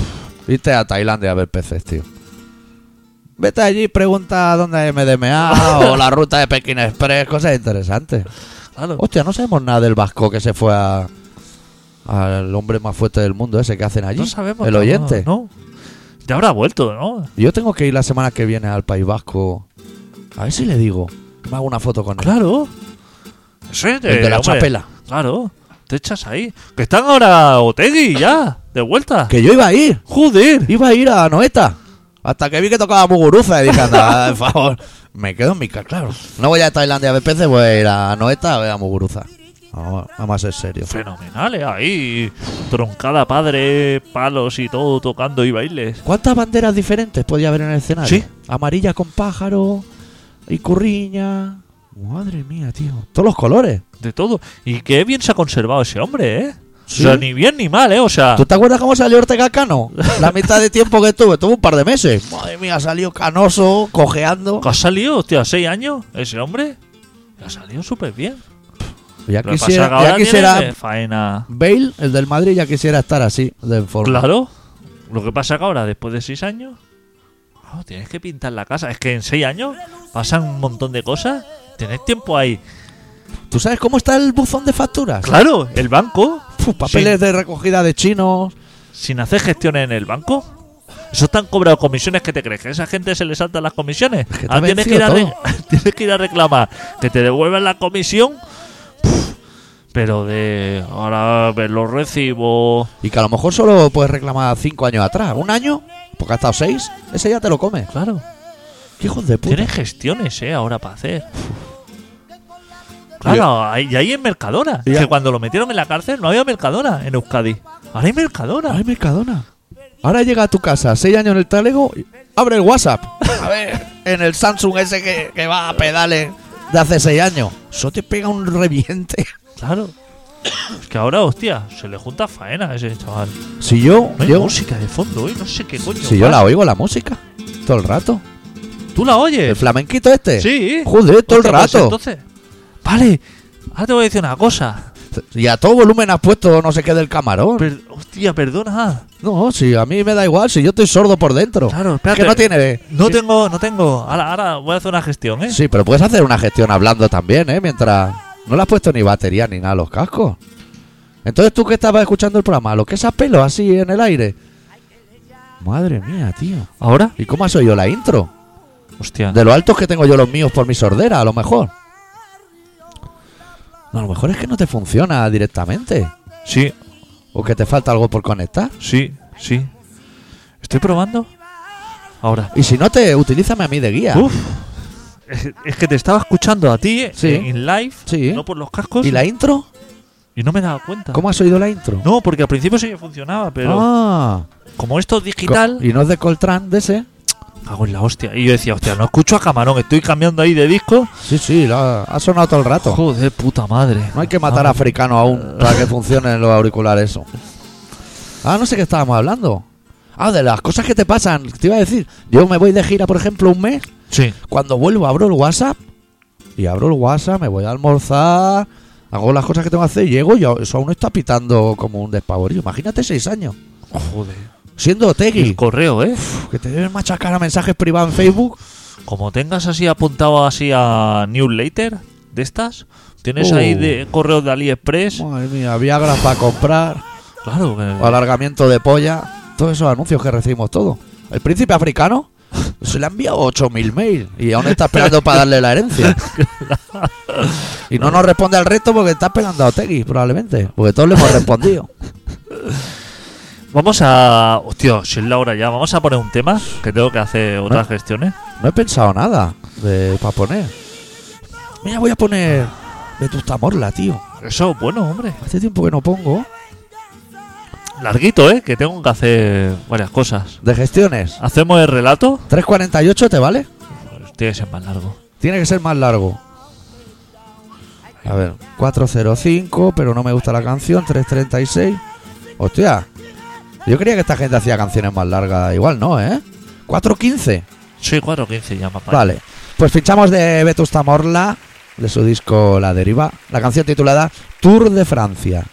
[SPEAKER 1] Viste a Tailandia a ver peces, tío. Vete allí y pregunta dónde hay MDMA o la ruta de Pekín Express, cosas interesantes.
[SPEAKER 2] Claro.
[SPEAKER 1] Hostia, no sabemos nada del vasco que se fue a- al hombre más fuerte del mundo ese que hacen allí.
[SPEAKER 2] No sabemos.
[SPEAKER 1] El
[SPEAKER 2] nada,
[SPEAKER 1] oyente.
[SPEAKER 2] ¿no? Ya habrá vuelto, ¿no?
[SPEAKER 1] Yo tengo que ir la semana que viene al País Vasco. A ver si le digo. que Me hago una foto con él.
[SPEAKER 2] Claro. Eso es
[SPEAKER 1] El de la
[SPEAKER 2] hombre,
[SPEAKER 1] chapela.
[SPEAKER 2] Claro. Te echas ahí. Que están ahora Otegui ya. De vuelta.
[SPEAKER 1] Que yo iba a ir.
[SPEAKER 2] Joder.
[SPEAKER 1] Iba a ir a Noeta. Hasta que vi que tocaba Muguruza y dije, anda, por favor. Me quedo en mi casa, claro. No voy a Tailandia a ver peces, voy a ir a Noeta a ver a Muguruza. Vamos, vamos a ser serios.
[SPEAKER 2] Fenomenales eh, ahí. Troncada padre, palos y todo tocando y bailes.
[SPEAKER 1] ¿Cuántas banderas diferentes podía haber en el escenario?
[SPEAKER 2] Sí.
[SPEAKER 1] Amarilla con pájaro y curriña. Madre mía, tío. Todos los colores.
[SPEAKER 2] De todo. Y qué bien se ha conservado ese hombre, ¿eh?
[SPEAKER 1] Sí.
[SPEAKER 2] O sea, ni bien ni mal, ¿eh? O sea,
[SPEAKER 1] ¿Tú te acuerdas cómo salió Ortega Cano? La mitad de tiempo que tuve, tuvo un par de meses. Madre mía, salió canoso, cojeando.
[SPEAKER 2] ¿que ha salido, hostia, seis años ese hombre? Ha salido súper bien.
[SPEAKER 1] Ya
[SPEAKER 2] Lo que pasa
[SPEAKER 1] quisiera,
[SPEAKER 2] que ahora
[SPEAKER 1] ya
[SPEAKER 2] tiene
[SPEAKER 1] quisiera
[SPEAKER 2] faena.
[SPEAKER 1] Bale, el del Madrid, ya quisiera estar así, de en forma.
[SPEAKER 2] Claro. Lo que pasa que ahora, después de seis años, claro, tienes que pintar la casa. Es que en seis años pasan un montón de cosas. Tenés tiempo ahí.
[SPEAKER 1] ¿Tú sabes cómo está el buzón de facturas?
[SPEAKER 2] Claro, el banco.
[SPEAKER 1] Uf, papeles de recogida de chinos.
[SPEAKER 2] Sin hacer gestiones en el banco. Eso están cobrado comisiones que te crees que a esa gente se le saltan las comisiones.
[SPEAKER 1] que te ha
[SPEAKER 2] Ahora tienes, que ir a
[SPEAKER 1] vencido
[SPEAKER 2] re- tienes que ir a reclamar que te devuelvan la comisión. Puf, Pero de ahora ver los recibos.
[SPEAKER 1] Y que a lo mejor solo puedes reclamar cinco años atrás. Un año, porque ha estado seis, ese ya te lo comes.
[SPEAKER 2] Claro.
[SPEAKER 1] ¿Qué hijos de puta?
[SPEAKER 2] Tienes gestiones, eh, ahora para hacer. Claro, ahí- y ahí en Mercadona.
[SPEAKER 1] Ya.
[SPEAKER 2] Que cuando lo metieron en la cárcel no había Mercadona en Euskadi. Ahora hay Mercadona.
[SPEAKER 1] Ay, Mercadona. Ahora llega a tu casa, seis años en el talego, y abre el WhatsApp. A ver, en el Samsung ese que, que va a pedales de hace seis años. Eso te pega un reviente.
[SPEAKER 2] Claro. Es que ahora, hostia, se le junta faena a ese chaval.
[SPEAKER 1] Si yo,
[SPEAKER 2] No hay
[SPEAKER 1] yo,
[SPEAKER 2] música de fondo hoy, no sé qué coño.
[SPEAKER 1] si yo
[SPEAKER 2] pasa.
[SPEAKER 1] la oigo la música, todo el rato.
[SPEAKER 2] ¿Tú la
[SPEAKER 1] El
[SPEAKER 2] oyes?
[SPEAKER 1] flamenquito este.
[SPEAKER 2] Sí.
[SPEAKER 1] Joder, todo el
[SPEAKER 2] Hostia, pues
[SPEAKER 1] rato.
[SPEAKER 2] entonces, vale, ahora te voy a decir una cosa.
[SPEAKER 1] Y a todo volumen has puesto no sé qué del camarón.
[SPEAKER 2] Per- hostia, perdona.
[SPEAKER 1] No, si a mí me da igual, si yo estoy sordo por dentro.
[SPEAKER 2] Claro,
[SPEAKER 1] Es
[SPEAKER 2] espérate.
[SPEAKER 1] que no tiene.
[SPEAKER 2] No
[SPEAKER 1] sí,
[SPEAKER 2] tengo, no tengo. Ahora, ahora voy a hacer una gestión, ¿eh?
[SPEAKER 1] sí, pero puedes hacer una gestión hablando también, ¿eh? Mientras. No le has puesto ni batería ni nada a los cascos. Entonces tú que estabas escuchando el programa, lo que es a pelo así en el aire. Madre mía, tío.
[SPEAKER 2] ¿Ahora?
[SPEAKER 1] ¿Y cómo has oído la intro?
[SPEAKER 2] Hostia.
[SPEAKER 1] De lo altos que tengo yo los míos por mi sordera, a lo mejor. No, a lo mejor es que no te funciona directamente.
[SPEAKER 2] Sí,
[SPEAKER 1] O que te falta algo por conectar.
[SPEAKER 2] Sí, sí. Estoy probando. Ahora.
[SPEAKER 1] Y si no te, utilízame a mí de guía.
[SPEAKER 2] Uf. Es, es que te estaba escuchando a ti eh,
[SPEAKER 1] Sí.
[SPEAKER 2] en live,
[SPEAKER 1] Sí. ¿eh?
[SPEAKER 2] no por los cascos,
[SPEAKER 1] ¿Y la intro?
[SPEAKER 2] y no me daba cuenta.
[SPEAKER 1] ¿Cómo has oído la intro?
[SPEAKER 2] No, porque al principio sí que funcionaba, pero
[SPEAKER 1] Ah,
[SPEAKER 2] como esto es
[SPEAKER 1] co-
[SPEAKER 2] digital,
[SPEAKER 1] Y no es de Coltrán, de ese.
[SPEAKER 2] hago en la hostia. Y yo decía, hostia, no escucho a Camarón, estoy cambiando ahí de disco.
[SPEAKER 1] Sí, sí, la- ha sonado todo el rato.
[SPEAKER 2] Joder, puta madre. Ah,
[SPEAKER 1] No hay que matar a
[SPEAKER 2] Vamos.
[SPEAKER 1] africano aún para que funcionen los auriculares eso. Ah, no sé qué estábamos hablando. Ah, de las cosas que te pasan. Te iba a decir, yo me voy de gira, por ejemplo, un mes.
[SPEAKER 2] Sí,
[SPEAKER 1] Cuando vuelvo abro el WhatsApp. Y abro el WhatsApp, me voy a almorzar. Hago las cosas que tengo que hacer, llego y eso aún está pitando como un despavorido. Imagínate seis años.
[SPEAKER 2] joder.
[SPEAKER 1] Siendo
[SPEAKER 2] El
[SPEAKER 1] Tegui,
[SPEAKER 2] correo, ¿eh?
[SPEAKER 1] que te deben machacar a mensajes privados en Facebook.
[SPEAKER 2] Como tengas así apuntado así a newsletter de estas, tienes
[SPEAKER 1] Uh.
[SPEAKER 2] ahí de correos de AliExpress.
[SPEAKER 1] Madre mía, Viagra para comprar.
[SPEAKER 2] Claro, que-
[SPEAKER 1] o alargamiento de polla, todos esos anuncios que recibimos todos. El príncipe africano se le ha enviado 8.000 mails y aún está esperando para darle la herencia. Y no nos responde al resto porque está esperando a Otegui, probablemente. Porque todos le hemos respondido.
[SPEAKER 2] Vamos a. Hostia, si es la hora ya, vamos a poner un tema que tengo que hacer otras gestiones.
[SPEAKER 1] No he pensado nada de, para poner. Mira, voy a poner Vetusta Morla, tío.
[SPEAKER 2] Eso es bueno, hombre.
[SPEAKER 1] Hace tiempo que no pongo.
[SPEAKER 2] Larguito, ¿eh? Que tengo que hacer varias cosas.
[SPEAKER 1] De gestiones.
[SPEAKER 2] ¿Hacemos el relato?
[SPEAKER 1] 3.48, ¿te vale?
[SPEAKER 2] Pues tiene que ser más largo.
[SPEAKER 1] Tiene que ser más largo. A ver, 405, pero no me gusta la canción, 336. Hostia, yo creía que esta gente hacía canciones más largas, igual no, ¿eh? 415.
[SPEAKER 2] Sí, 4.15 ya, papá.
[SPEAKER 1] Vale, pues fichamos de Vetusta Morla, de su disco La Deriva, la canción titulada Tour de Francia.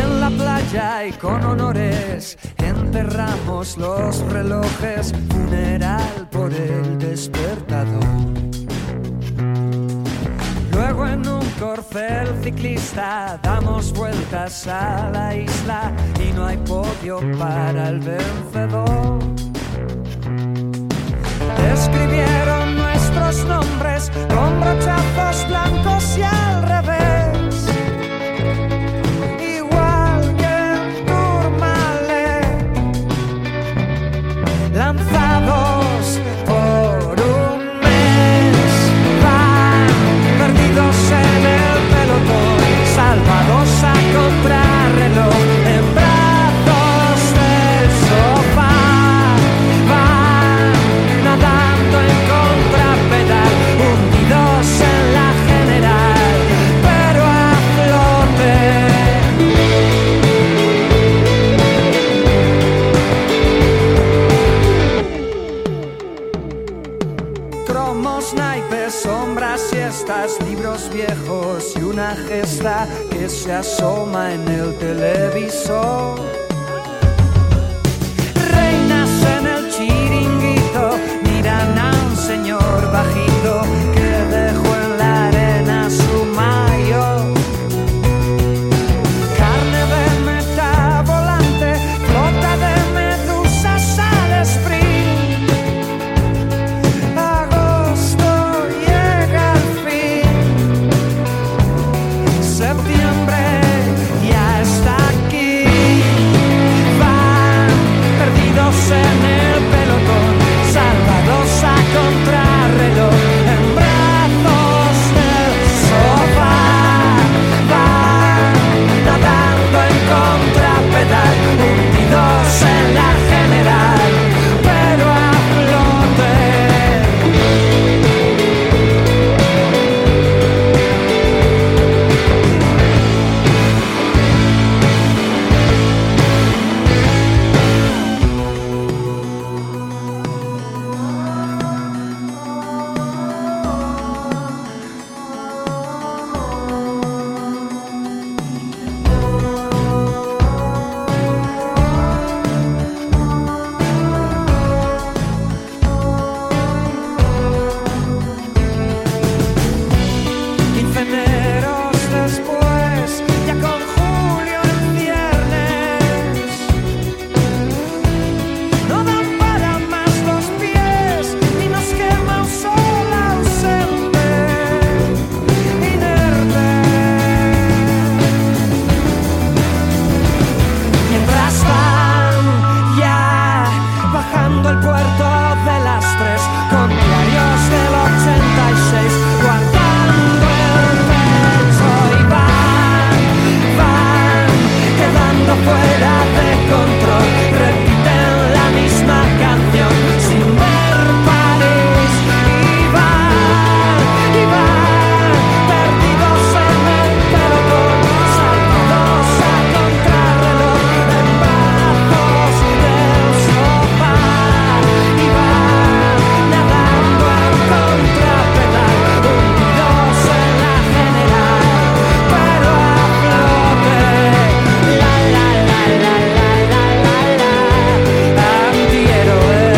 [SPEAKER 4] En la playa y con honores enterramos los relojes, funeral por el despertador. Luego en un corcel ciclista damos vueltas a la isla y no hay podio para el vencedor. Escribieron nuestros nombres con brochazos blancos y al revés igual que en Tourmalet, lanzados por un mes, van perdidos en el pelotón, salvados a contrarreloj en brazos del sofá, van nadando en contrapedal, hundidos en la gente revistas, libros viejos y una gesta que se asoma en el televisor. Reinas en el chiringuito miran a un señor bajito que dejó en la arena su mayo. Carne de meta volante, flota de medusas al sprint. Agosto llega al fin, septiembre ya está aquí. Van perdidos en el pelotón, salvados a contrarreloj. En brazos del sofá, van nadando en contrapedal, hundidos en la general, pero a flote. Quinceneros después, ya con Julio en viernes. No dan para más los pies, ni nos quema un sol ausente, inerte. Mientras van ya bajando el puerto de las tres con diarios del 86 guardando el pecho y van, van quedando fuera de control. Repiten la misma canción sin ver París y van, y van perdidos en el pelotón, saltados a contrarreloj en brazos del sofá y van nadando en contrapedal, hundidos en la general, pero a flote. La la la la la la la la, antihéroes.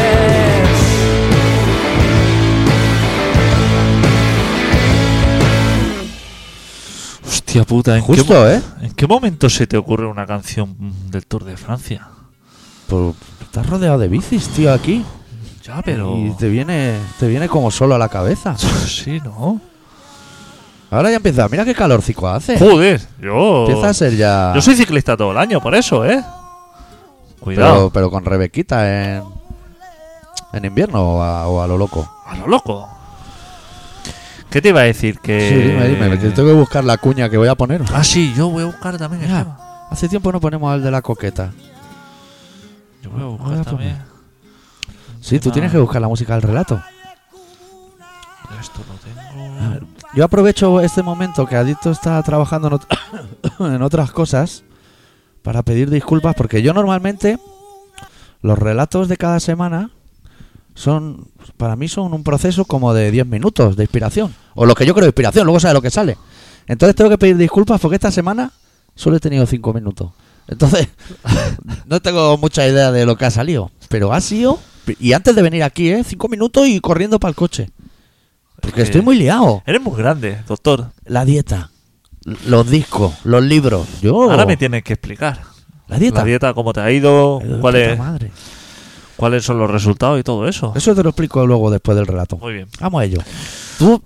[SPEAKER 2] Hostia puta, ¿en, qué,
[SPEAKER 1] Justo,
[SPEAKER 2] mo-
[SPEAKER 1] ¿eh?
[SPEAKER 2] ¿en qué momento se te ocurre una canción mm, del Tour de Francia?
[SPEAKER 1] Pues, estás rodeado de bicis, tío, aquí.
[SPEAKER 2] Ya, pero.
[SPEAKER 1] Y te viene, te viene como solo a la cabeza.
[SPEAKER 2] Sí, ¿no?
[SPEAKER 1] Ahora ya empieza, mira qué calorcico hace.
[SPEAKER 2] Joder, yo.
[SPEAKER 1] Empieza Eh. a ser ya.
[SPEAKER 2] Yo soy ciclista todo el año, por eso, ¿eh?
[SPEAKER 1] pero,
[SPEAKER 2] Cuidado.
[SPEAKER 1] pero con Rebequita en, en invierno o a, o a lo loco.
[SPEAKER 2] A lo loco. ¿Qué te iba a decir? Que.
[SPEAKER 1] Sí, dime, dime, que tengo que buscar la cuña que voy a poner.
[SPEAKER 2] Ah, sí, yo voy a buscar también el
[SPEAKER 1] Ya.
[SPEAKER 2] tema.
[SPEAKER 1] Hace tiempo no ponemos al de la coqueta.
[SPEAKER 2] Yo voy a buscar
[SPEAKER 1] Voy a
[SPEAKER 2] también.
[SPEAKER 1] Sí, tú
[SPEAKER 2] Tema-
[SPEAKER 1] tienes que buscar la música del relato.
[SPEAKER 2] Esto lo
[SPEAKER 1] A
[SPEAKER 2] tengo.
[SPEAKER 1] ver, Yo aprovecho este momento que Adicto está trabajando en, ot- en otras cosas para pedir disculpas porque yo normalmente los relatos de cada semana son para mí son un proceso como de 10 minutos de inspiración o lo que yo creo inspiración, luego sabe lo que sale. Entonces tengo que pedir disculpas porque esta semana solo he tenido 5 minutos. Entonces no tengo mucha idea de lo que ha salido, pero ha sido y antes de venir aquí, eh, 5 minutos y corriendo para el coche. Porque
[SPEAKER 2] que-
[SPEAKER 1] estoy muy liado
[SPEAKER 2] Eres muy grande, doctor.
[SPEAKER 1] la dieta, los discos, los libros. Yo
[SPEAKER 2] Ahora me tienes que explicar.
[SPEAKER 1] la dieta.
[SPEAKER 2] La dieta, cómo te ha ido,
[SPEAKER 1] Eh,
[SPEAKER 2] cuál
[SPEAKER 1] puta
[SPEAKER 2] es-
[SPEAKER 1] madre.
[SPEAKER 2] cuáles son los resultados y todo eso.
[SPEAKER 1] Eso te lo explico luego después del relato.
[SPEAKER 2] Muy bien.
[SPEAKER 1] Vamos a ello. Tú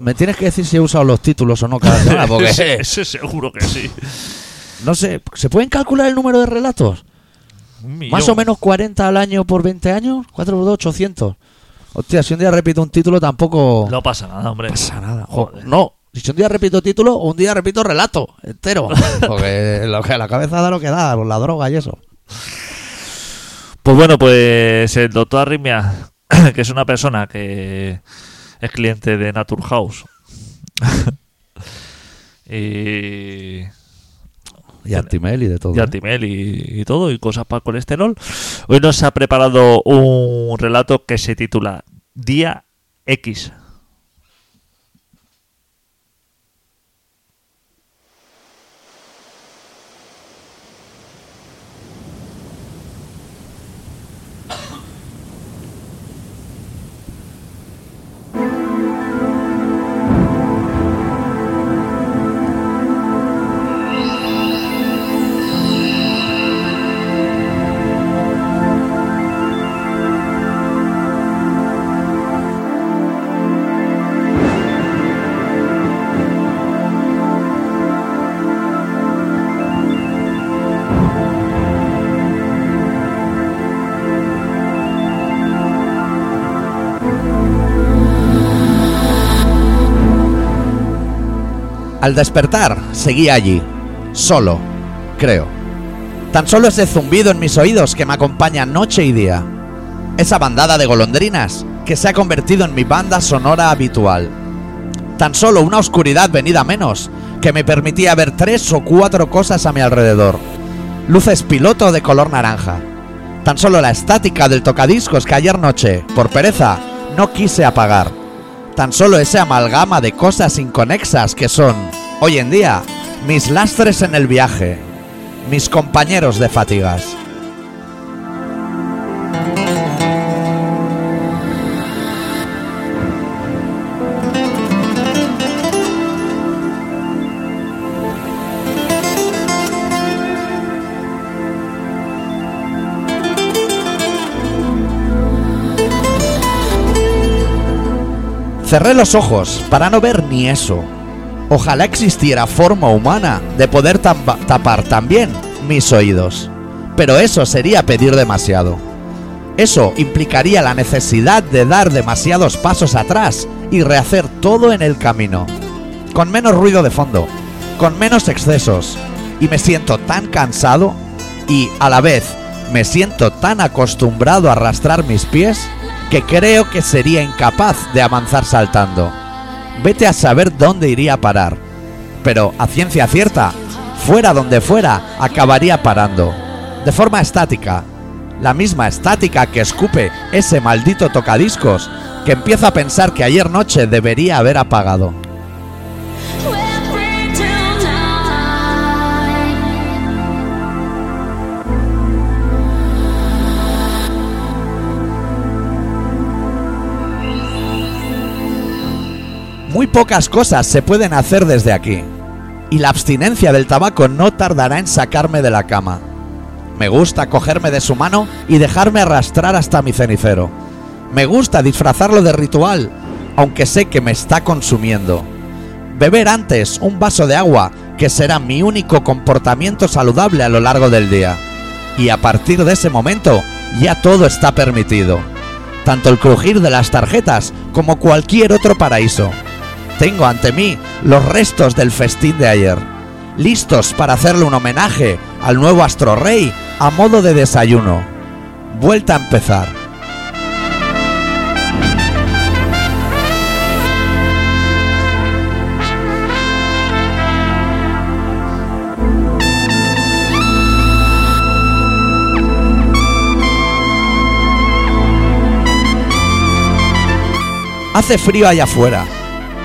[SPEAKER 1] me tienes que decir si he usado los títulos o no cada semana,
[SPEAKER 2] ese,
[SPEAKER 1] porque
[SPEAKER 2] ese seguro que sí.
[SPEAKER 1] no sé, ¿se pueden calcular el número de relatos?
[SPEAKER 2] Un
[SPEAKER 1] Más
[SPEAKER 2] millón.
[SPEAKER 1] o menos 40 al año por 20 años, 4 por 2, 800. Hostia, si un día repito un título tampoco
[SPEAKER 2] No pasa nada, hombre.
[SPEAKER 1] pasa nada. Jo,
[SPEAKER 2] Joder.
[SPEAKER 1] no, si un día repito título, un día repito relato entero. Porque lo que la cabeza da lo que da, la droga y eso.
[SPEAKER 2] Pues bueno, pues el doctor Arritmia, que es una persona que es cliente de Naturhaus. y.
[SPEAKER 1] Y Antimel y de todo.
[SPEAKER 2] y
[SPEAKER 1] ¿eh?
[SPEAKER 2] Atimel y, y todo, y cosas para el colesterol. Hoy nos ha preparado un relato que se titula Día X.
[SPEAKER 1] Al despertar, seguía allí, solo, creo. Tan solo ese zumbido en mis oídos que me acompaña noche y día. Esa bandada de golondrinas que se ha convertido en mi banda sonora habitual. Tan solo una oscuridad venida menos que me permitía ver tres o cuatro cosas a mi alrededor. Luces piloto de color naranja. Tan solo la estática del tocadiscos que ayer noche, por pereza, no quise apagar. Tan solo ese amalgama de cosas inconexas que son, hoy en día, mis lastres en el viaje, mis compañeros de fatigas. Cerré los ojos para no ver ni eso. Ojalá existiera forma humana de poder tamba- tapar también mis oídos. Pero eso sería pedir demasiado. Eso implicaría la necesidad de dar demasiados pasos atrás y rehacer todo en el camino. Con menos ruido de fondo, con menos excesos. Y me siento tan cansado y a la vez me siento tan acostumbrado a arrastrar mis pies que creo que sería incapaz de avanzar saltando. Vete a saber dónde iría a parar. Pero a ciencia cierta, fuera donde fuera, acabaría parando. De forma estática. La misma estática que escupe ese maldito tocadiscos que empieza a pensar que ayer noche debería haber apagado.
[SPEAKER 5] We'll bring tonight.
[SPEAKER 1] Muy pocas cosas se pueden hacer desde aquí. Y la abstinencia del tabaco no tardará en sacarme de la cama. Me gusta cogerme de su mano y dejarme arrastrar hasta mi cenicero. Me gusta disfrazarlo de ritual, aunque sé que me está consumiendo. Beber antes un vaso de agua, que será mi único comportamiento saludable a lo largo del día. Y a partir de ese momento, ya todo está permitido. Tanto el crujir de las tarjetas como cualquier otro paraíso. Tengo ante mí los restos del festín de ayer, listos para hacerle un homenaje al nuevo astro rey a modo de desayuno. Vuelta a empezar. Hace frío allá afuera,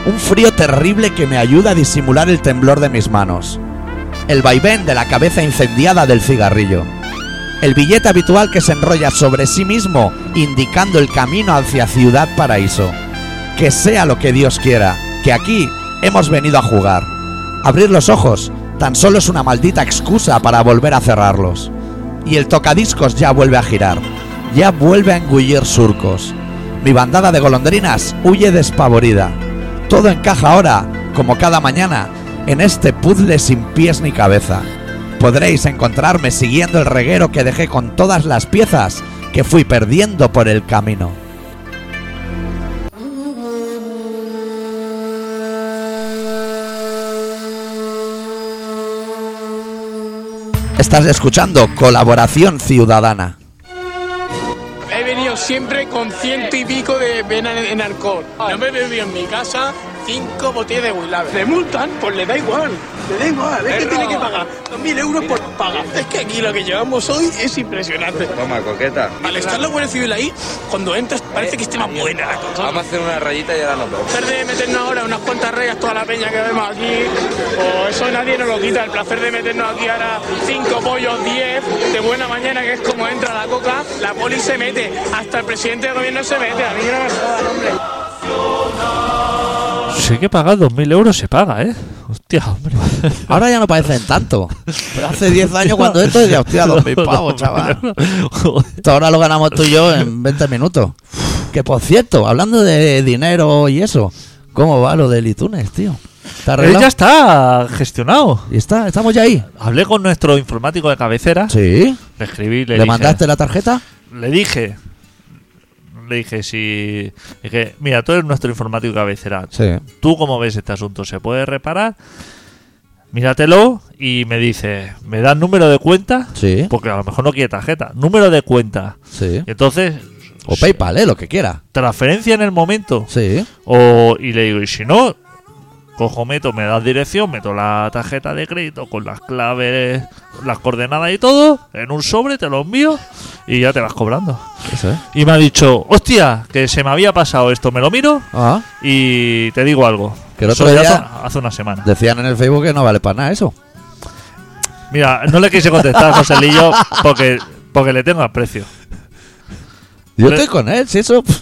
[SPEAKER 1] un frío terrible que me ayuda a disimular el temblor de mis manos, el vaivén de la cabeza incendiada del cigarrillo, el billete habitual que se enrolla sobre sí mismo indicando el camino hacia Ciudad Paraíso. Que sea lo que Dios quiera, que aquí hemos venido a jugar. Abrir los ojos tan solo es una maldita excusa para volver a cerrarlos. Y el tocadiscos ya vuelve a girar, ya vuelve a engullir surcos. Mi bandada de golondrinas huye despavorida. Todo encaja ahora, como cada mañana, en este puzzle sin pies ni cabeza. Podréis encontrarme siguiendo el reguero que dejé con todas las piezas que fui perdiendo por el camino. Estás escuchando Colaboración Ciudadana.
[SPEAKER 3] He venido siempre con ciento y pico de vena en, en alcohol. No me he bebido en mi casa cinco botellas de Willave. ¿Le multan? Pues le da igual. Le da igual. Es que tiene que pagar 2.000 euros por pagar. Es que aquí lo que llevamos hoy es impresionante.
[SPEAKER 6] Toma, coqueta.
[SPEAKER 3] Al estar la Guardia Civil ahí, cuando entras parece que esté más buena la cosa.
[SPEAKER 6] Vamos a hacer una rayita y ahora nos vemos.
[SPEAKER 3] placer de meternos ahora unas cuantas rayas toda la peña que vemos aquí, o eso nadie nos lo quita, el placer de meternos aquí ahora cinco pollos, diez, de buena mañana que es como entra la coca, la poli se mete, hasta el presidente del gobierno se mete, a mí no me jodan, hombre.
[SPEAKER 2] Sí que pagar 2.000 euros se paga, ¿eh? Hostia, hombre.
[SPEAKER 1] Ahora ya no parecen tanto. Pero hace 10 años cuando esto decía, hostia, dos mil pavos, chaval.
[SPEAKER 2] Joder.
[SPEAKER 1] Esto ahora lo ganamos tú y yo en 20 minutos. Que por cierto, hablando de dinero y eso, ¿cómo va lo del iTunes, tío? ¿Está
[SPEAKER 2] Eh,
[SPEAKER 1] arreglado?
[SPEAKER 2] ya está gestionado.
[SPEAKER 1] ¿Y está? ¿Estamos ya ahí?
[SPEAKER 2] Hablé con nuestro informático de cabecera.
[SPEAKER 1] Sí.
[SPEAKER 2] Le escribí, le,
[SPEAKER 1] ¿Le,
[SPEAKER 2] dije-
[SPEAKER 1] mandaste la tarjeta?
[SPEAKER 2] Le dije. le dije si. Dije, mira, tú eres nuestro informático cabecera.
[SPEAKER 1] Sí.
[SPEAKER 2] ¿Tú cómo ves este asunto? ¿Se puede reparar? Míratelo y me dice, ¿me das número de cuenta?
[SPEAKER 1] Sí.
[SPEAKER 2] Porque a lo mejor no quiere tarjeta. Número de cuenta.
[SPEAKER 1] Sí.
[SPEAKER 2] Entonces,
[SPEAKER 1] O PayPal, eh, lo que quiera.
[SPEAKER 2] transferencia en el momento.
[SPEAKER 1] Sí.
[SPEAKER 2] O, y le digo, y si no, cojo, meto, me das dirección, meto la tarjeta de crédito con las claves, las coordenadas y todo, en un sobre, te lo envío y ya te vas cobrando.
[SPEAKER 1] Eso es.
[SPEAKER 2] Y me ha dicho, hostia, que se me había pasado esto, me lo miro
[SPEAKER 1] Ah,
[SPEAKER 2] y te digo algo.
[SPEAKER 1] Que el otro
[SPEAKER 2] Eso ya
[SPEAKER 1] día-
[SPEAKER 2] hace- hace una semana.
[SPEAKER 1] decían en el Facebook que no vale para nada eso.
[SPEAKER 2] Mira, no le quise contestar a Joselillo porque, porque le tengo aprecio.
[SPEAKER 1] Yo
[SPEAKER 2] Le-
[SPEAKER 1] estoy con él, si eso. pff,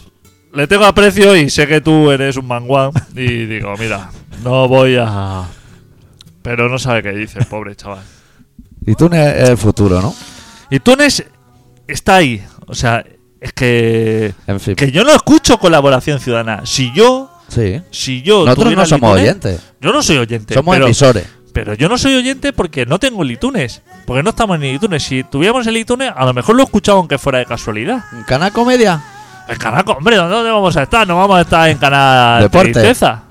[SPEAKER 2] Le tengo aprecio y sé que tú eres un manguán. Y digo, mira, no voy a. Pero no sabe qué dice, el pobre chaval.
[SPEAKER 1] Y tú ne- el futuro, ¿no?
[SPEAKER 2] Y Túnez está ahí. O sea, es que.
[SPEAKER 1] En fin.
[SPEAKER 2] Que yo no escucho colaboración ciudadana. Si yo.
[SPEAKER 1] Sí.
[SPEAKER 2] Si yo.
[SPEAKER 1] Nosotros
[SPEAKER 2] tuviera
[SPEAKER 1] no somos
[SPEAKER 2] Litunes-
[SPEAKER 1] oyentes.
[SPEAKER 2] Yo no soy oyente.
[SPEAKER 1] Somos
[SPEAKER 2] pero,
[SPEAKER 1] emisores.
[SPEAKER 2] pero yo no soy oyente porque no tengo el iTunes. Porque no estamos en el iTunes. Si tuviéramos el iTunes, a lo mejor lo escuchaba aunque fuera de casualidad.
[SPEAKER 1] Canal Comedia.
[SPEAKER 2] El canal, hombre, ¿dónde vamos a estar? No vamos a estar en canal
[SPEAKER 1] Deporte.
[SPEAKER 2] tristeza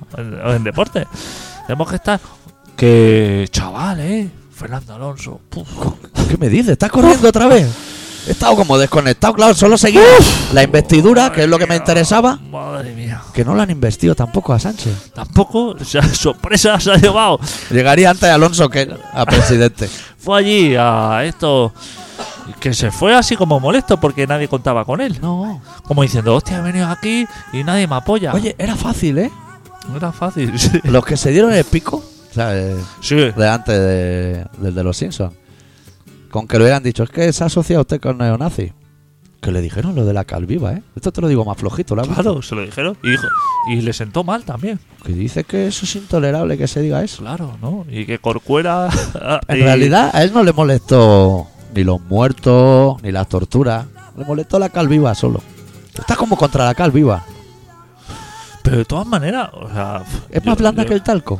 [SPEAKER 2] o en deporte. Tenemos que estar. Que chaval, eh. Fernando Alonso. puf.
[SPEAKER 1] ¿Qué me dices? ¿Estás corriendo otra vez? He estado como desconectado, claro, solo seguía la investidura, que es lo que me
[SPEAKER 2] Madre
[SPEAKER 1] interesaba.
[SPEAKER 2] mía, Madre mía.
[SPEAKER 1] Que no lo han investido tampoco a Sánchez.
[SPEAKER 2] Tampoco, o sea, sorpresa se ha llevado.
[SPEAKER 1] Llegaría antes Alonso que él a presidente.
[SPEAKER 2] Fue allí a esto. Que se fue así como molesto porque nadie contaba con él.
[SPEAKER 1] No.
[SPEAKER 2] Como diciendo, hostia, he venido aquí y nadie me apoya.
[SPEAKER 1] Oye, era fácil, ¿eh?
[SPEAKER 2] no era fácil. Sí.
[SPEAKER 1] Los que se dieron el pico, ¿sabes?
[SPEAKER 2] Sí.
[SPEAKER 1] Delante de, del de los Simpsons. Con que le hubieran dicho, es que se ha asociado usted con neonazi. Que le dijeron lo de la calviva, ¿eh? Esto te lo digo más flojito, ¿la
[SPEAKER 2] Claro, se lo dijeron. Y, dijo- y le sentó mal también.
[SPEAKER 1] Que dice que eso es intolerable que se diga eso.
[SPEAKER 2] Claro, ¿no? Y que Corcuera.
[SPEAKER 1] En
[SPEAKER 2] y-
[SPEAKER 1] realidad a él no le molestó ni los muertos, ni las torturas. Le molestó la calviva solo. Está como contra la calviva.
[SPEAKER 2] Pero de todas maneras, o sea.
[SPEAKER 1] Es
[SPEAKER 2] yo-
[SPEAKER 1] más blanda
[SPEAKER 2] yo-
[SPEAKER 1] que el talco.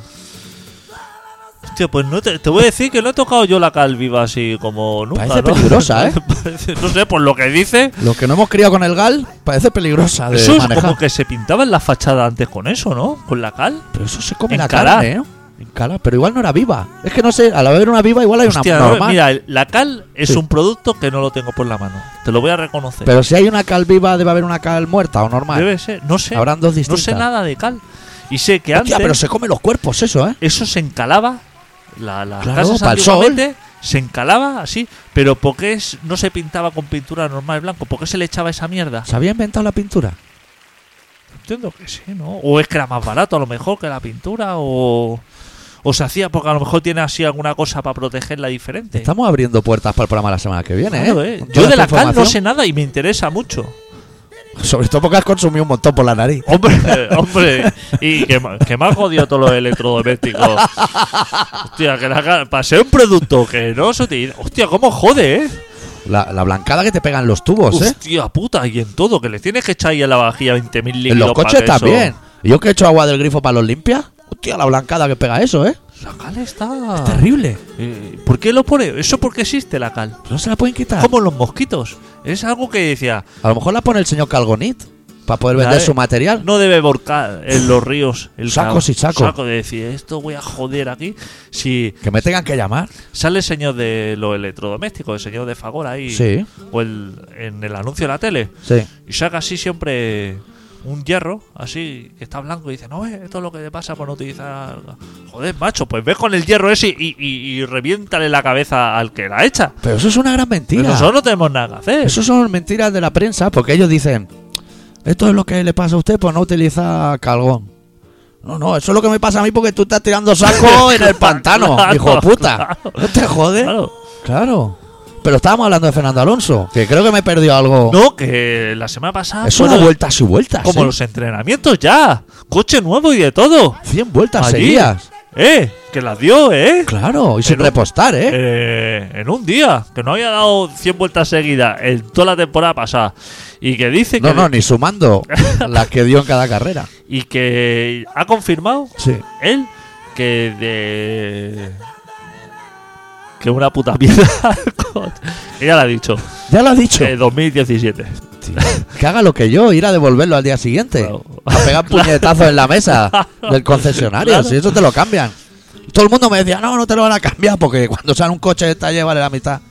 [SPEAKER 2] Hostia, pues no te, te voy a decir que no he tocado yo la calviva así como nunca.
[SPEAKER 1] Parece
[SPEAKER 2] ¿no?
[SPEAKER 1] peligrosa, ¿eh?
[SPEAKER 2] Parece- no sé, por lo que dice.
[SPEAKER 1] Los que no hemos criado con el gal parece peligrosa de
[SPEAKER 2] Eso es
[SPEAKER 1] manejar.
[SPEAKER 2] como que se pintaba en la fachada antes con eso, ¿no? Con la cal.
[SPEAKER 1] Pero eso se come la
[SPEAKER 2] Encarar.
[SPEAKER 1] carne, ¿eh? Encarar, pero igual no era viva. Es que no sé, al haber una viva igual hay una
[SPEAKER 2] Hostia, no,
[SPEAKER 1] normal.
[SPEAKER 2] mira, el- la cal es
[SPEAKER 1] Sí.
[SPEAKER 2] un producto que no lo tengo por la mano. Te lo voy a reconocer.
[SPEAKER 1] Pero si hay una cal viva debe haber una cal muerta o normal.
[SPEAKER 2] Debe ser, no sé.
[SPEAKER 1] Habrán dos
[SPEAKER 2] no
[SPEAKER 1] distintas.
[SPEAKER 2] sé nada de cal. Y sé que
[SPEAKER 1] Hostia,
[SPEAKER 2] antes ¿eh?
[SPEAKER 1] pero se come los cuerpos eso, ¿eh?
[SPEAKER 2] eso se encalaba. La, las
[SPEAKER 1] Claro,
[SPEAKER 2] casas
[SPEAKER 1] pa'l sol.
[SPEAKER 2] antiguamente se encalaba así. Pero ¿por qué es- no se pintaba con pintura normal blanco? ¿Por qué se le echaba esa mierda?
[SPEAKER 1] ¿Se había inventado la pintura?
[SPEAKER 2] Entiendo que sí, ¿no? O es que era más barato a lo mejor que la pintura, o, o se hacía porque a lo mejor tiene así alguna cosa para protegerla diferente.
[SPEAKER 1] Estamos abriendo puertas para el programa la semana que viene,
[SPEAKER 2] Claro,
[SPEAKER 1] ¿eh?
[SPEAKER 2] ¿eh?
[SPEAKER 1] Con toda
[SPEAKER 2] Yo de
[SPEAKER 1] esta
[SPEAKER 2] la cal no
[SPEAKER 1] información.
[SPEAKER 2] sé nada y me interesa mucho.
[SPEAKER 1] Sobre todo porque has consumido un montón por la nariz.
[SPEAKER 2] Hombre, hombre, y que, ma- que me han jodido todos los electrodomésticos. Hostia, que la cal, para ser un producto que no se utiliza. Hostia, cómo jode, ¿eh?
[SPEAKER 1] La, la blancada que te pegan los tubos, ¿eh?
[SPEAKER 2] Hostia puta, y en todo, que le tienes que echar ahí a la vajilla 20.000 líquidos.
[SPEAKER 1] En los
[SPEAKER 2] para
[SPEAKER 1] coches
[SPEAKER 2] que eso-
[SPEAKER 1] también. Yo que he hecho agua del grifo para los limpias. Hostia, la blancada que pega eso, ¿eh?
[SPEAKER 2] La cal está.
[SPEAKER 1] Terrible.
[SPEAKER 2] Eh, ¿Por qué lo pone? Eso porque existe la cal.
[SPEAKER 1] No se la pueden quitar.
[SPEAKER 2] como los mosquitos. Es algo que decía,
[SPEAKER 1] A lo mejor la pone el señor Calgonit para poder vender
[SPEAKER 2] Ya,
[SPEAKER 1] su
[SPEAKER 2] eh.
[SPEAKER 1] material.
[SPEAKER 2] no debe volcar en los ríos el
[SPEAKER 1] Sacos
[SPEAKER 2] cab-
[SPEAKER 1] y sacos.
[SPEAKER 2] Saco de decir, esto voy a joder aquí. Si
[SPEAKER 1] Que me tengan que llamar.
[SPEAKER 2] sale el señor de los electrodomésticos, el señor de Fagor ahí,
[SPEAKER 1] Sí.
[SPEAKER 2] o el, en el anuncio de la tele,
[SPEAKER 1] Sí.
[SPEAKER 2] y saca así siempre un hierro, así, que está blanco, y dice, no, eh, esto es lo que te pasa por no utilizar... Joder, macho, pues ves con el hierro ese y, y, y reviéntale la cabeza al que la echa.
[SPEAKER 1] Pero eso es una gran mentira.
[SPEAKER 2] Pero nosotros no tenemos nada que hacer.
[SPEAKER 1] Eso son mentiras de la prensa porque ellos dicen, esto es lo que le pasa a usted por no utilizar calgón. No, no, eso es lo que me pasa a mí porque tú estás tirando saco en el pantano,
[SPEAKER 2] Claro,
[SPEAKER 1] hijo de puta.
[SPEAKER 2] claro.
[SPEAKER 1] ¿No te jode?
[SPEAKER 2] Claro.
[SPEAKER 1] Claro. Pero estábamos hablando de Fernando Alonso, que creo que me perdió algo.
[SPEAKER 2] No, que la semana pasada...
[SPEAKER 1] es una
[SPEAKER 2] fueron-
[SPEAKER 1] vuelta y vueltas.
[SPEAKER 2] Como
[SPEAKER 1] ¿eh?
[SPEAKER 2] los entrenamientos ya. Coche nuevo y de todo.
[SPEAKER 1] 100 vueltas
[SPEAKER 2] Allí.
[SPEAKER 1] seguidas.
[SPEAKER 2] Eh, que las dio, eh.
[SPEAKER 1] Claro, y sin
[SPEAKER 2] Pero-
[SPEAKER 1] repostar, ¿eh?
[SPEAKER 2] Eh, en un día, que no había dado 100 vueltas seguidas en toda la temporada pasada. Y que dice
[SPEAKER 1] No,
[SPEAKER 2] que,
[SPEAKER 1] no, ni sumando las que dio en cada carrera.
[SPEAKER 2] y que ha confirmado
[SPEAKER 1] Sí.
[SPEAKER 2] él que de. Que una puta mierda. Ella lo ha dicho.
[SPEAKER 1] Ya lo has dicho.
[SPEAKER 2] Que 2017.
[SPEAKER 1] tío. Eh, Que haga lo que yo, ir a devolverlo al día siguiente.
[SPEAKER 2] Claro.
[SPEAKER 1] A pegar puñetazos en la mesa
[SPEAKER 2] Claro.
[SPEAKER 1] del concesionario.
[SPEAKER 2] Claro.
[SPEAKER 1] Si eso te lo cambian. Todo el mundo me decía, no, no te lo van a cambiar porque cuando sale un coche de taller vale la mitad.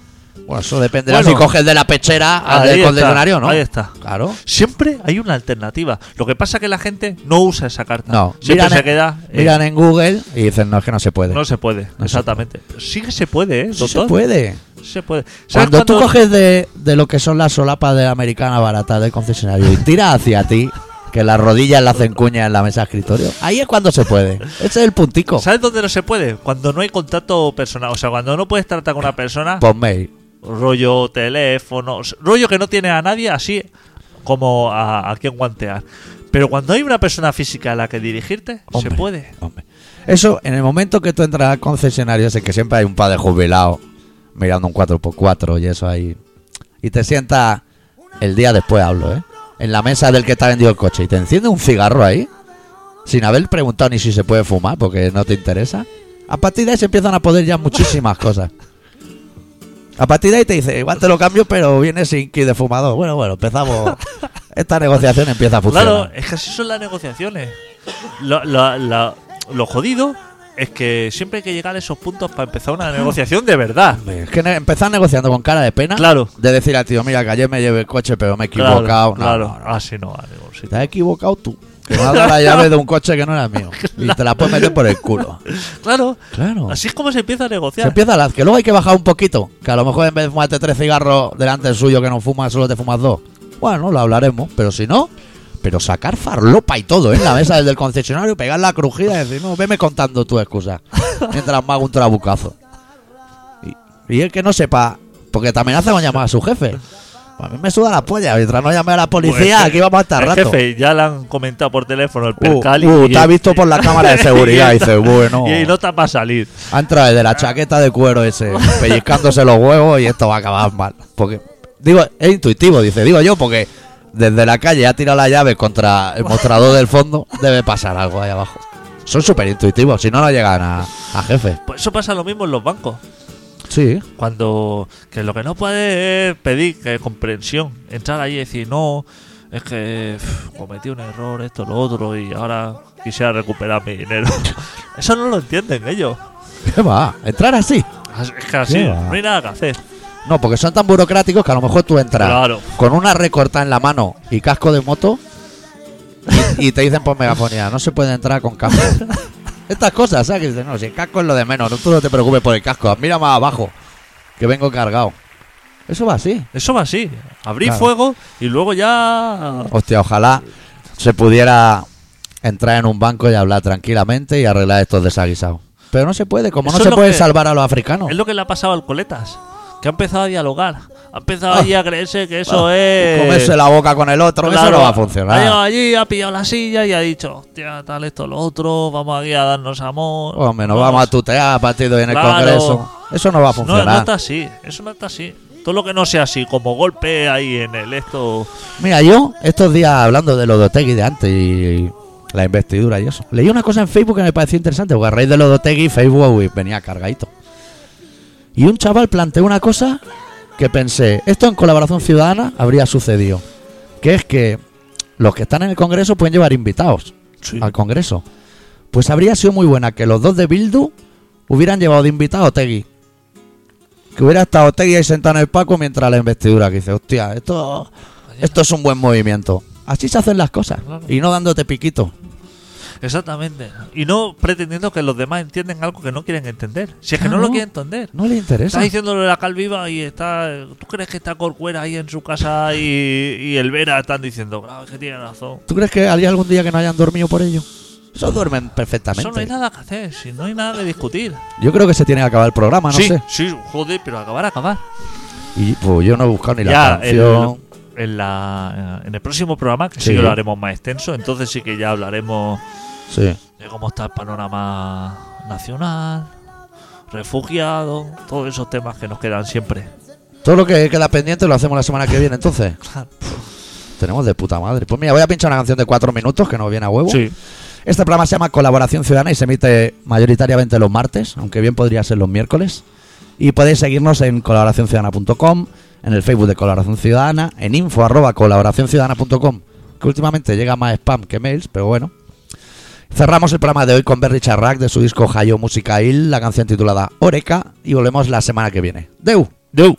[SPEAKER 1] Bueno, eso dependerá
[SPEAKER 2] Bueno.
[SPEAKER 1] si coges el de la pechera al
[SPEAKER 2] Ahí
[SPEAKER 1] del
[SPEAKER 2] está,
[SPEAKER 1] concesionario, ¿no?
[SPEAKER 2] ahí está.
[SPEAKER 1] Claro.
[SPEAKER 2] Siempre hay una alternativa. Lo que pasa es que la gente no usa esa carta.
[SPEAKER 1] No.
[SPEAKER 2] Siempre
[SPEAKER 1] miran
[SPEAKER 2] se
[SPEAKER 1] en-
[SPEAKER 2] queda. eh,
[SPEAKER 1] miran en Google y dicen, no, es que no se puede.
[SPEAKER 2] no se puede,
[SPEAKER 1] No se
[SPEAKER 2] exactamente. Sí que se puede, ¿eh,
[SPEAKER 1] Sí
[SPEAKER 2] doctor?
[SPEAKER 1] se puede.
[SPEAKER 2] Se puede. ¿Sabes
[SPEAKER 1] Cuando tú
[SPEAKER 2] cuándo-
[SPEAKER 1] coges de, de lo que son las solapas de la americana barata del concesionario y tiras hacia ti, que las rodillas la hacen cuña en la mesa de escritorio, ahí es cuando se puede. Ese es el puntico.
[SPEAKER 2] ¿Sabes dónde no se puede? Cuando no hay contacto personal. O sea, cuando no puedes tratar con una persona,
[SPEAKER 1] Por mail.
[SPEAKER 2] rollo teléfono, s- rollo que no tiene a nadie así como a, a quien guantear. Pero cuando hay una persona física a la que dirigirte,
[SPEAKER 1] Hombre,
[SPEAKER 2] se puede.
[SPEAKER 1] hombre. Eso, en el momento que tú entras al concesionario, es que siempre hay un par de jubilados mirando un 4x4 y eso ahí. Y te sientas el día después, hablo, ¿eh? En la mesa del que te ha vendido el coche y te enciende un cigarro ahí, sin haber preguntado ni si se puede fumar porque no te interesa. A partir de ahí se empiezan a poder ya muchísimas cosas. A partir de ahí te dice, igual te lo cambio, pero viene sin kit de fumador. Bueno, bueno, empezamos. Esta negociación empieza a funcionar.
[SPEAKER 2] Claro, es que así son las negociaciones. Lo, la- la- lo jodido es que siempre hay que llegar a esos puntos para empezar una negociación de verdad.
[SPEAKER 1] Es que ne- empezar negociando con cara de pena.
[SPEAKER 2] Claro.
[SPEAKER 1] De decir al tío, mira, que ayer me llevé el coche, pero me he equivocado. No, no,
[SPEAKER 2] Claro,
[SPEAKER 1] no.
[SPEAKER 2] así no va a ningún sitio.
[SPEAKER 1] Te has equivocado tú. Que me has dado la llave de un coche que no era mío. Y te la puedes meter por el culo.
[SPEAKER 2] Claro,
[SPEAKER 1] Claro.
[SPEAKER 2] así es como se empieza a
[SPEAKER 1] Se
[SPEAKER 2] negociar.
[SPEAKER 1] empieza la... Que luego hay que bajar un poquito. Que a lo mejor en vez de fumarte tres cigarros delante del suyo que no fumas, solo te fumas dos. Bueno, lo hablaremos. Pero si no... Pero sacar farlopa y todo ¿eh? en la mesa del del concesionario, pegar la crujida y decir, no, veme contando tus excusas. Mientras me hago un trabucazo. Y, y el que no sepa... Porque te amenaza con llamar a su jefe. A mí me suda la polla. Mientras no llame a la
[SPEAKER 2] Pues
[SPEAKER 1] policía,
[SPEAKER 2] es que
[SPEAKER 1] aquí vamos a estar
[SPEAKER 2] el
[SPEAKER 1] rato.
[SPEAKER 2] jefe ya le han comentado por teléfono el
[SPEAKER 1] Uh,
[SPEAKER 2] percal y-
[SPEAKER 1] uh,
[SPEAKER 2] y- este-
[SPEAKER 1] te ha visto por la cámara de seguridad y dice, bueno...
[SPEAKER 2] y, y no te va a salir.
[SPEAKER 1] Ha entrado desde la chaqueta de cuero ese, pellizcándose los huevos y esto va a acabar mal. Porque, digo, es intuitivo, dice, digo yo, porque desde la calle ha tirado la llave contra el mostrador del fondo, debe pasar algo ahí abajo. Son súper intuitivos, si no, no llegan a, a jefe.
[SPEAKER 2] Pues eso pasa lo mismo en los bancos.
[SPEAKER 1] Sí,
[SPEAKER 2] Cuando que lo que no puede es pedir que comprensión, entrar ahí y decir no, es que pf, cometí un error, esto, lo otro, y ahora quisiera recuperar mi dinero. Eso no lo entienden ellos.
[SPEAKER 1] ¿qué va? ¿Entrar así?
[SPEAKER 2] As- Es que así,
[SPEAKER 1] Qué va.
[SPEAKER 2] no hay nada que hacer.
[SPEAKER 1] No, porque son tan burocráticos que a lo mejor tú entras
[SPEAKER 2] Claro.
[SPEAKER 1] con una recorta en la mano y casco de moto y, y te dicen por megafonía, no se puede entrar con casco. Estas cosas, ¿sabes? Que dicen, no, si el casco es lo de menos, no, tú no te preocupes por el casco, mira más abajo, que vengo cargado. Eso va así.
[SPEAKER 2] Eso va así. Abrir
[SPEAKER 1] Claro.
[SPEAKER 2] fuego y luego ya.
[SPEAKER 1] Hostia, ojalá se pudiera entrar en un banco y hablar tranquilamente y arreglar estos desaguisados. Pero no se puede, como no
[SPEAKER 2] Eso es
[SPEAKER 1] se
[SPEAKER 2] lo
[SPEAKER 1] puede
[SPEAKER 2] que-
[SPEAKER 1] salvar a los africanos.
[SPEAKER 2] Es lo que le ha pasado al Coletas, que ha empezado a dialogar. Ha empezado
[SPEAKER 1] Ah.
[SPEAKER 2] allí a creerse que eso es.
[SPEAKER 1] Comerse la boca con el otro, eso
[SPEAKER 2] Claro,
[SPEAKER 1] no va a
[SPEAKER 2] Ha llegado
[SPEAKER 1] funcionar.
[SPEAKER 2] allí, ha pillado la silla y ha dicho, hostia, tal esto, lo otro, vamos aquí a darnos amor.
[SPEAKER 1] Hombre, nos vamos a tutear a partido en el
[SPEAKER 2] Claro.
[SPEAKER 1] Congreso. Eso no va a
[SPEAKER 2] No,
[SPEAKER 1] funcionar.
[SPEAKER 2] no está así, eso no está así. Todo lo que no sea así, como golpe ahí en el esto...
[SPEAKER 1] Mira, yo estos días hablando de lo de Otegui de antes y la investidura y eso, leí una cosa en Facebook que me pareció interesante, porque a raíz de lo de Otegui, Facebook uy, venía cargadito. Y un chaval planteó una cosa que pensé, esto en colaboración ciudadana habría sucedido, que es que los que están en el Congreso pueden llevar invitados al Congreso. Pues habría sido muy buena que los dos de Bildu hubieran llevado de invitado a Otegui. Que hubiera estado Otegui ahí sentado en el Paco mientras la investidura, que dice, hostia, esto, esto es un buen movimiento. Así se hacen las cosas.
[SPEAKER 2] Claro.
[SPEAKER 1] Y no dándote piquito.
[SPEAKER 2] Exactamente. Y no pretendiendo que los demás entiendan algo que no quieren entender. Si es que no
[SPEAKER 1] Claro.
[SPEAKER 2] lo quieren entender.
[SPEAKER 1] No le interesa.
[SPEAKER 2] Está diciéndole la calviva y está... ¿Tú crees que está Corcuera ahí en su casa y, y el Vera están diciendo, claro, es que tiene razón?
[SPEAKER 1] ¿Tú crees que hay algún día que no hayan dormido por ello? Eso duermen perfectamente.
[SPEAKER 2] Eso no hay nada que hacer, si no hay nada que discutir.
[SPEAKER 1] Yo creo que se tiene que acabar el programa, no
[SPEAKER 2] sí,
[SPEAKER 1] sé.
[SPEAKER 2] sí, joder, pero acabar, acabar.
[SPEAKER 1] Y pues, yo no he buscado ni
[SPEAKER 2] ya
[SPEAKER 1] la canción.
[SPEAKER 2] el- en, la- eh, en el próximo programa, que sí.
[SPEAKER 1] Sí.
[SPEAKER 2] que lo haremos más extenso, entonces sí que ya hablaremos
[SPEAKER 1] Sí.
[SPEAKER 2] de cómo está el panorama nacional, refugiados, todos esos temas que nos quedan siempre.
[SPEAKER 1] Todo lo que queda pendiente lo hacemos la semana que viene, entonces.
[SPEAKER 2] Claro.
[SPEAKER 1] Tenemos de puta madre. Pues mira, voy a pinchar una canción de cuatro minutos que nos viene a huevo.
[SPEAKER 2] Sí,
[SPEAKER 1] Este programa se llama Colaboración Ciudadana y se emite mayoritariamente los martes, aunque bien podría ser los miércoles. Y podéis seguirnos en colaboracionciudadana.com, en el Facebook de Colaboración Ciudadana, en info arroba colaboracionciudadana.com, que últimamente llega más spam que mails, pero bueno. Cerramos el programa de hoy con Berry Charrac de su disco Hayo Musica Il, la canción titulada Oreca, y volvemos la semana que viene. ¡Deu!
[SPEAKER 2] Deu.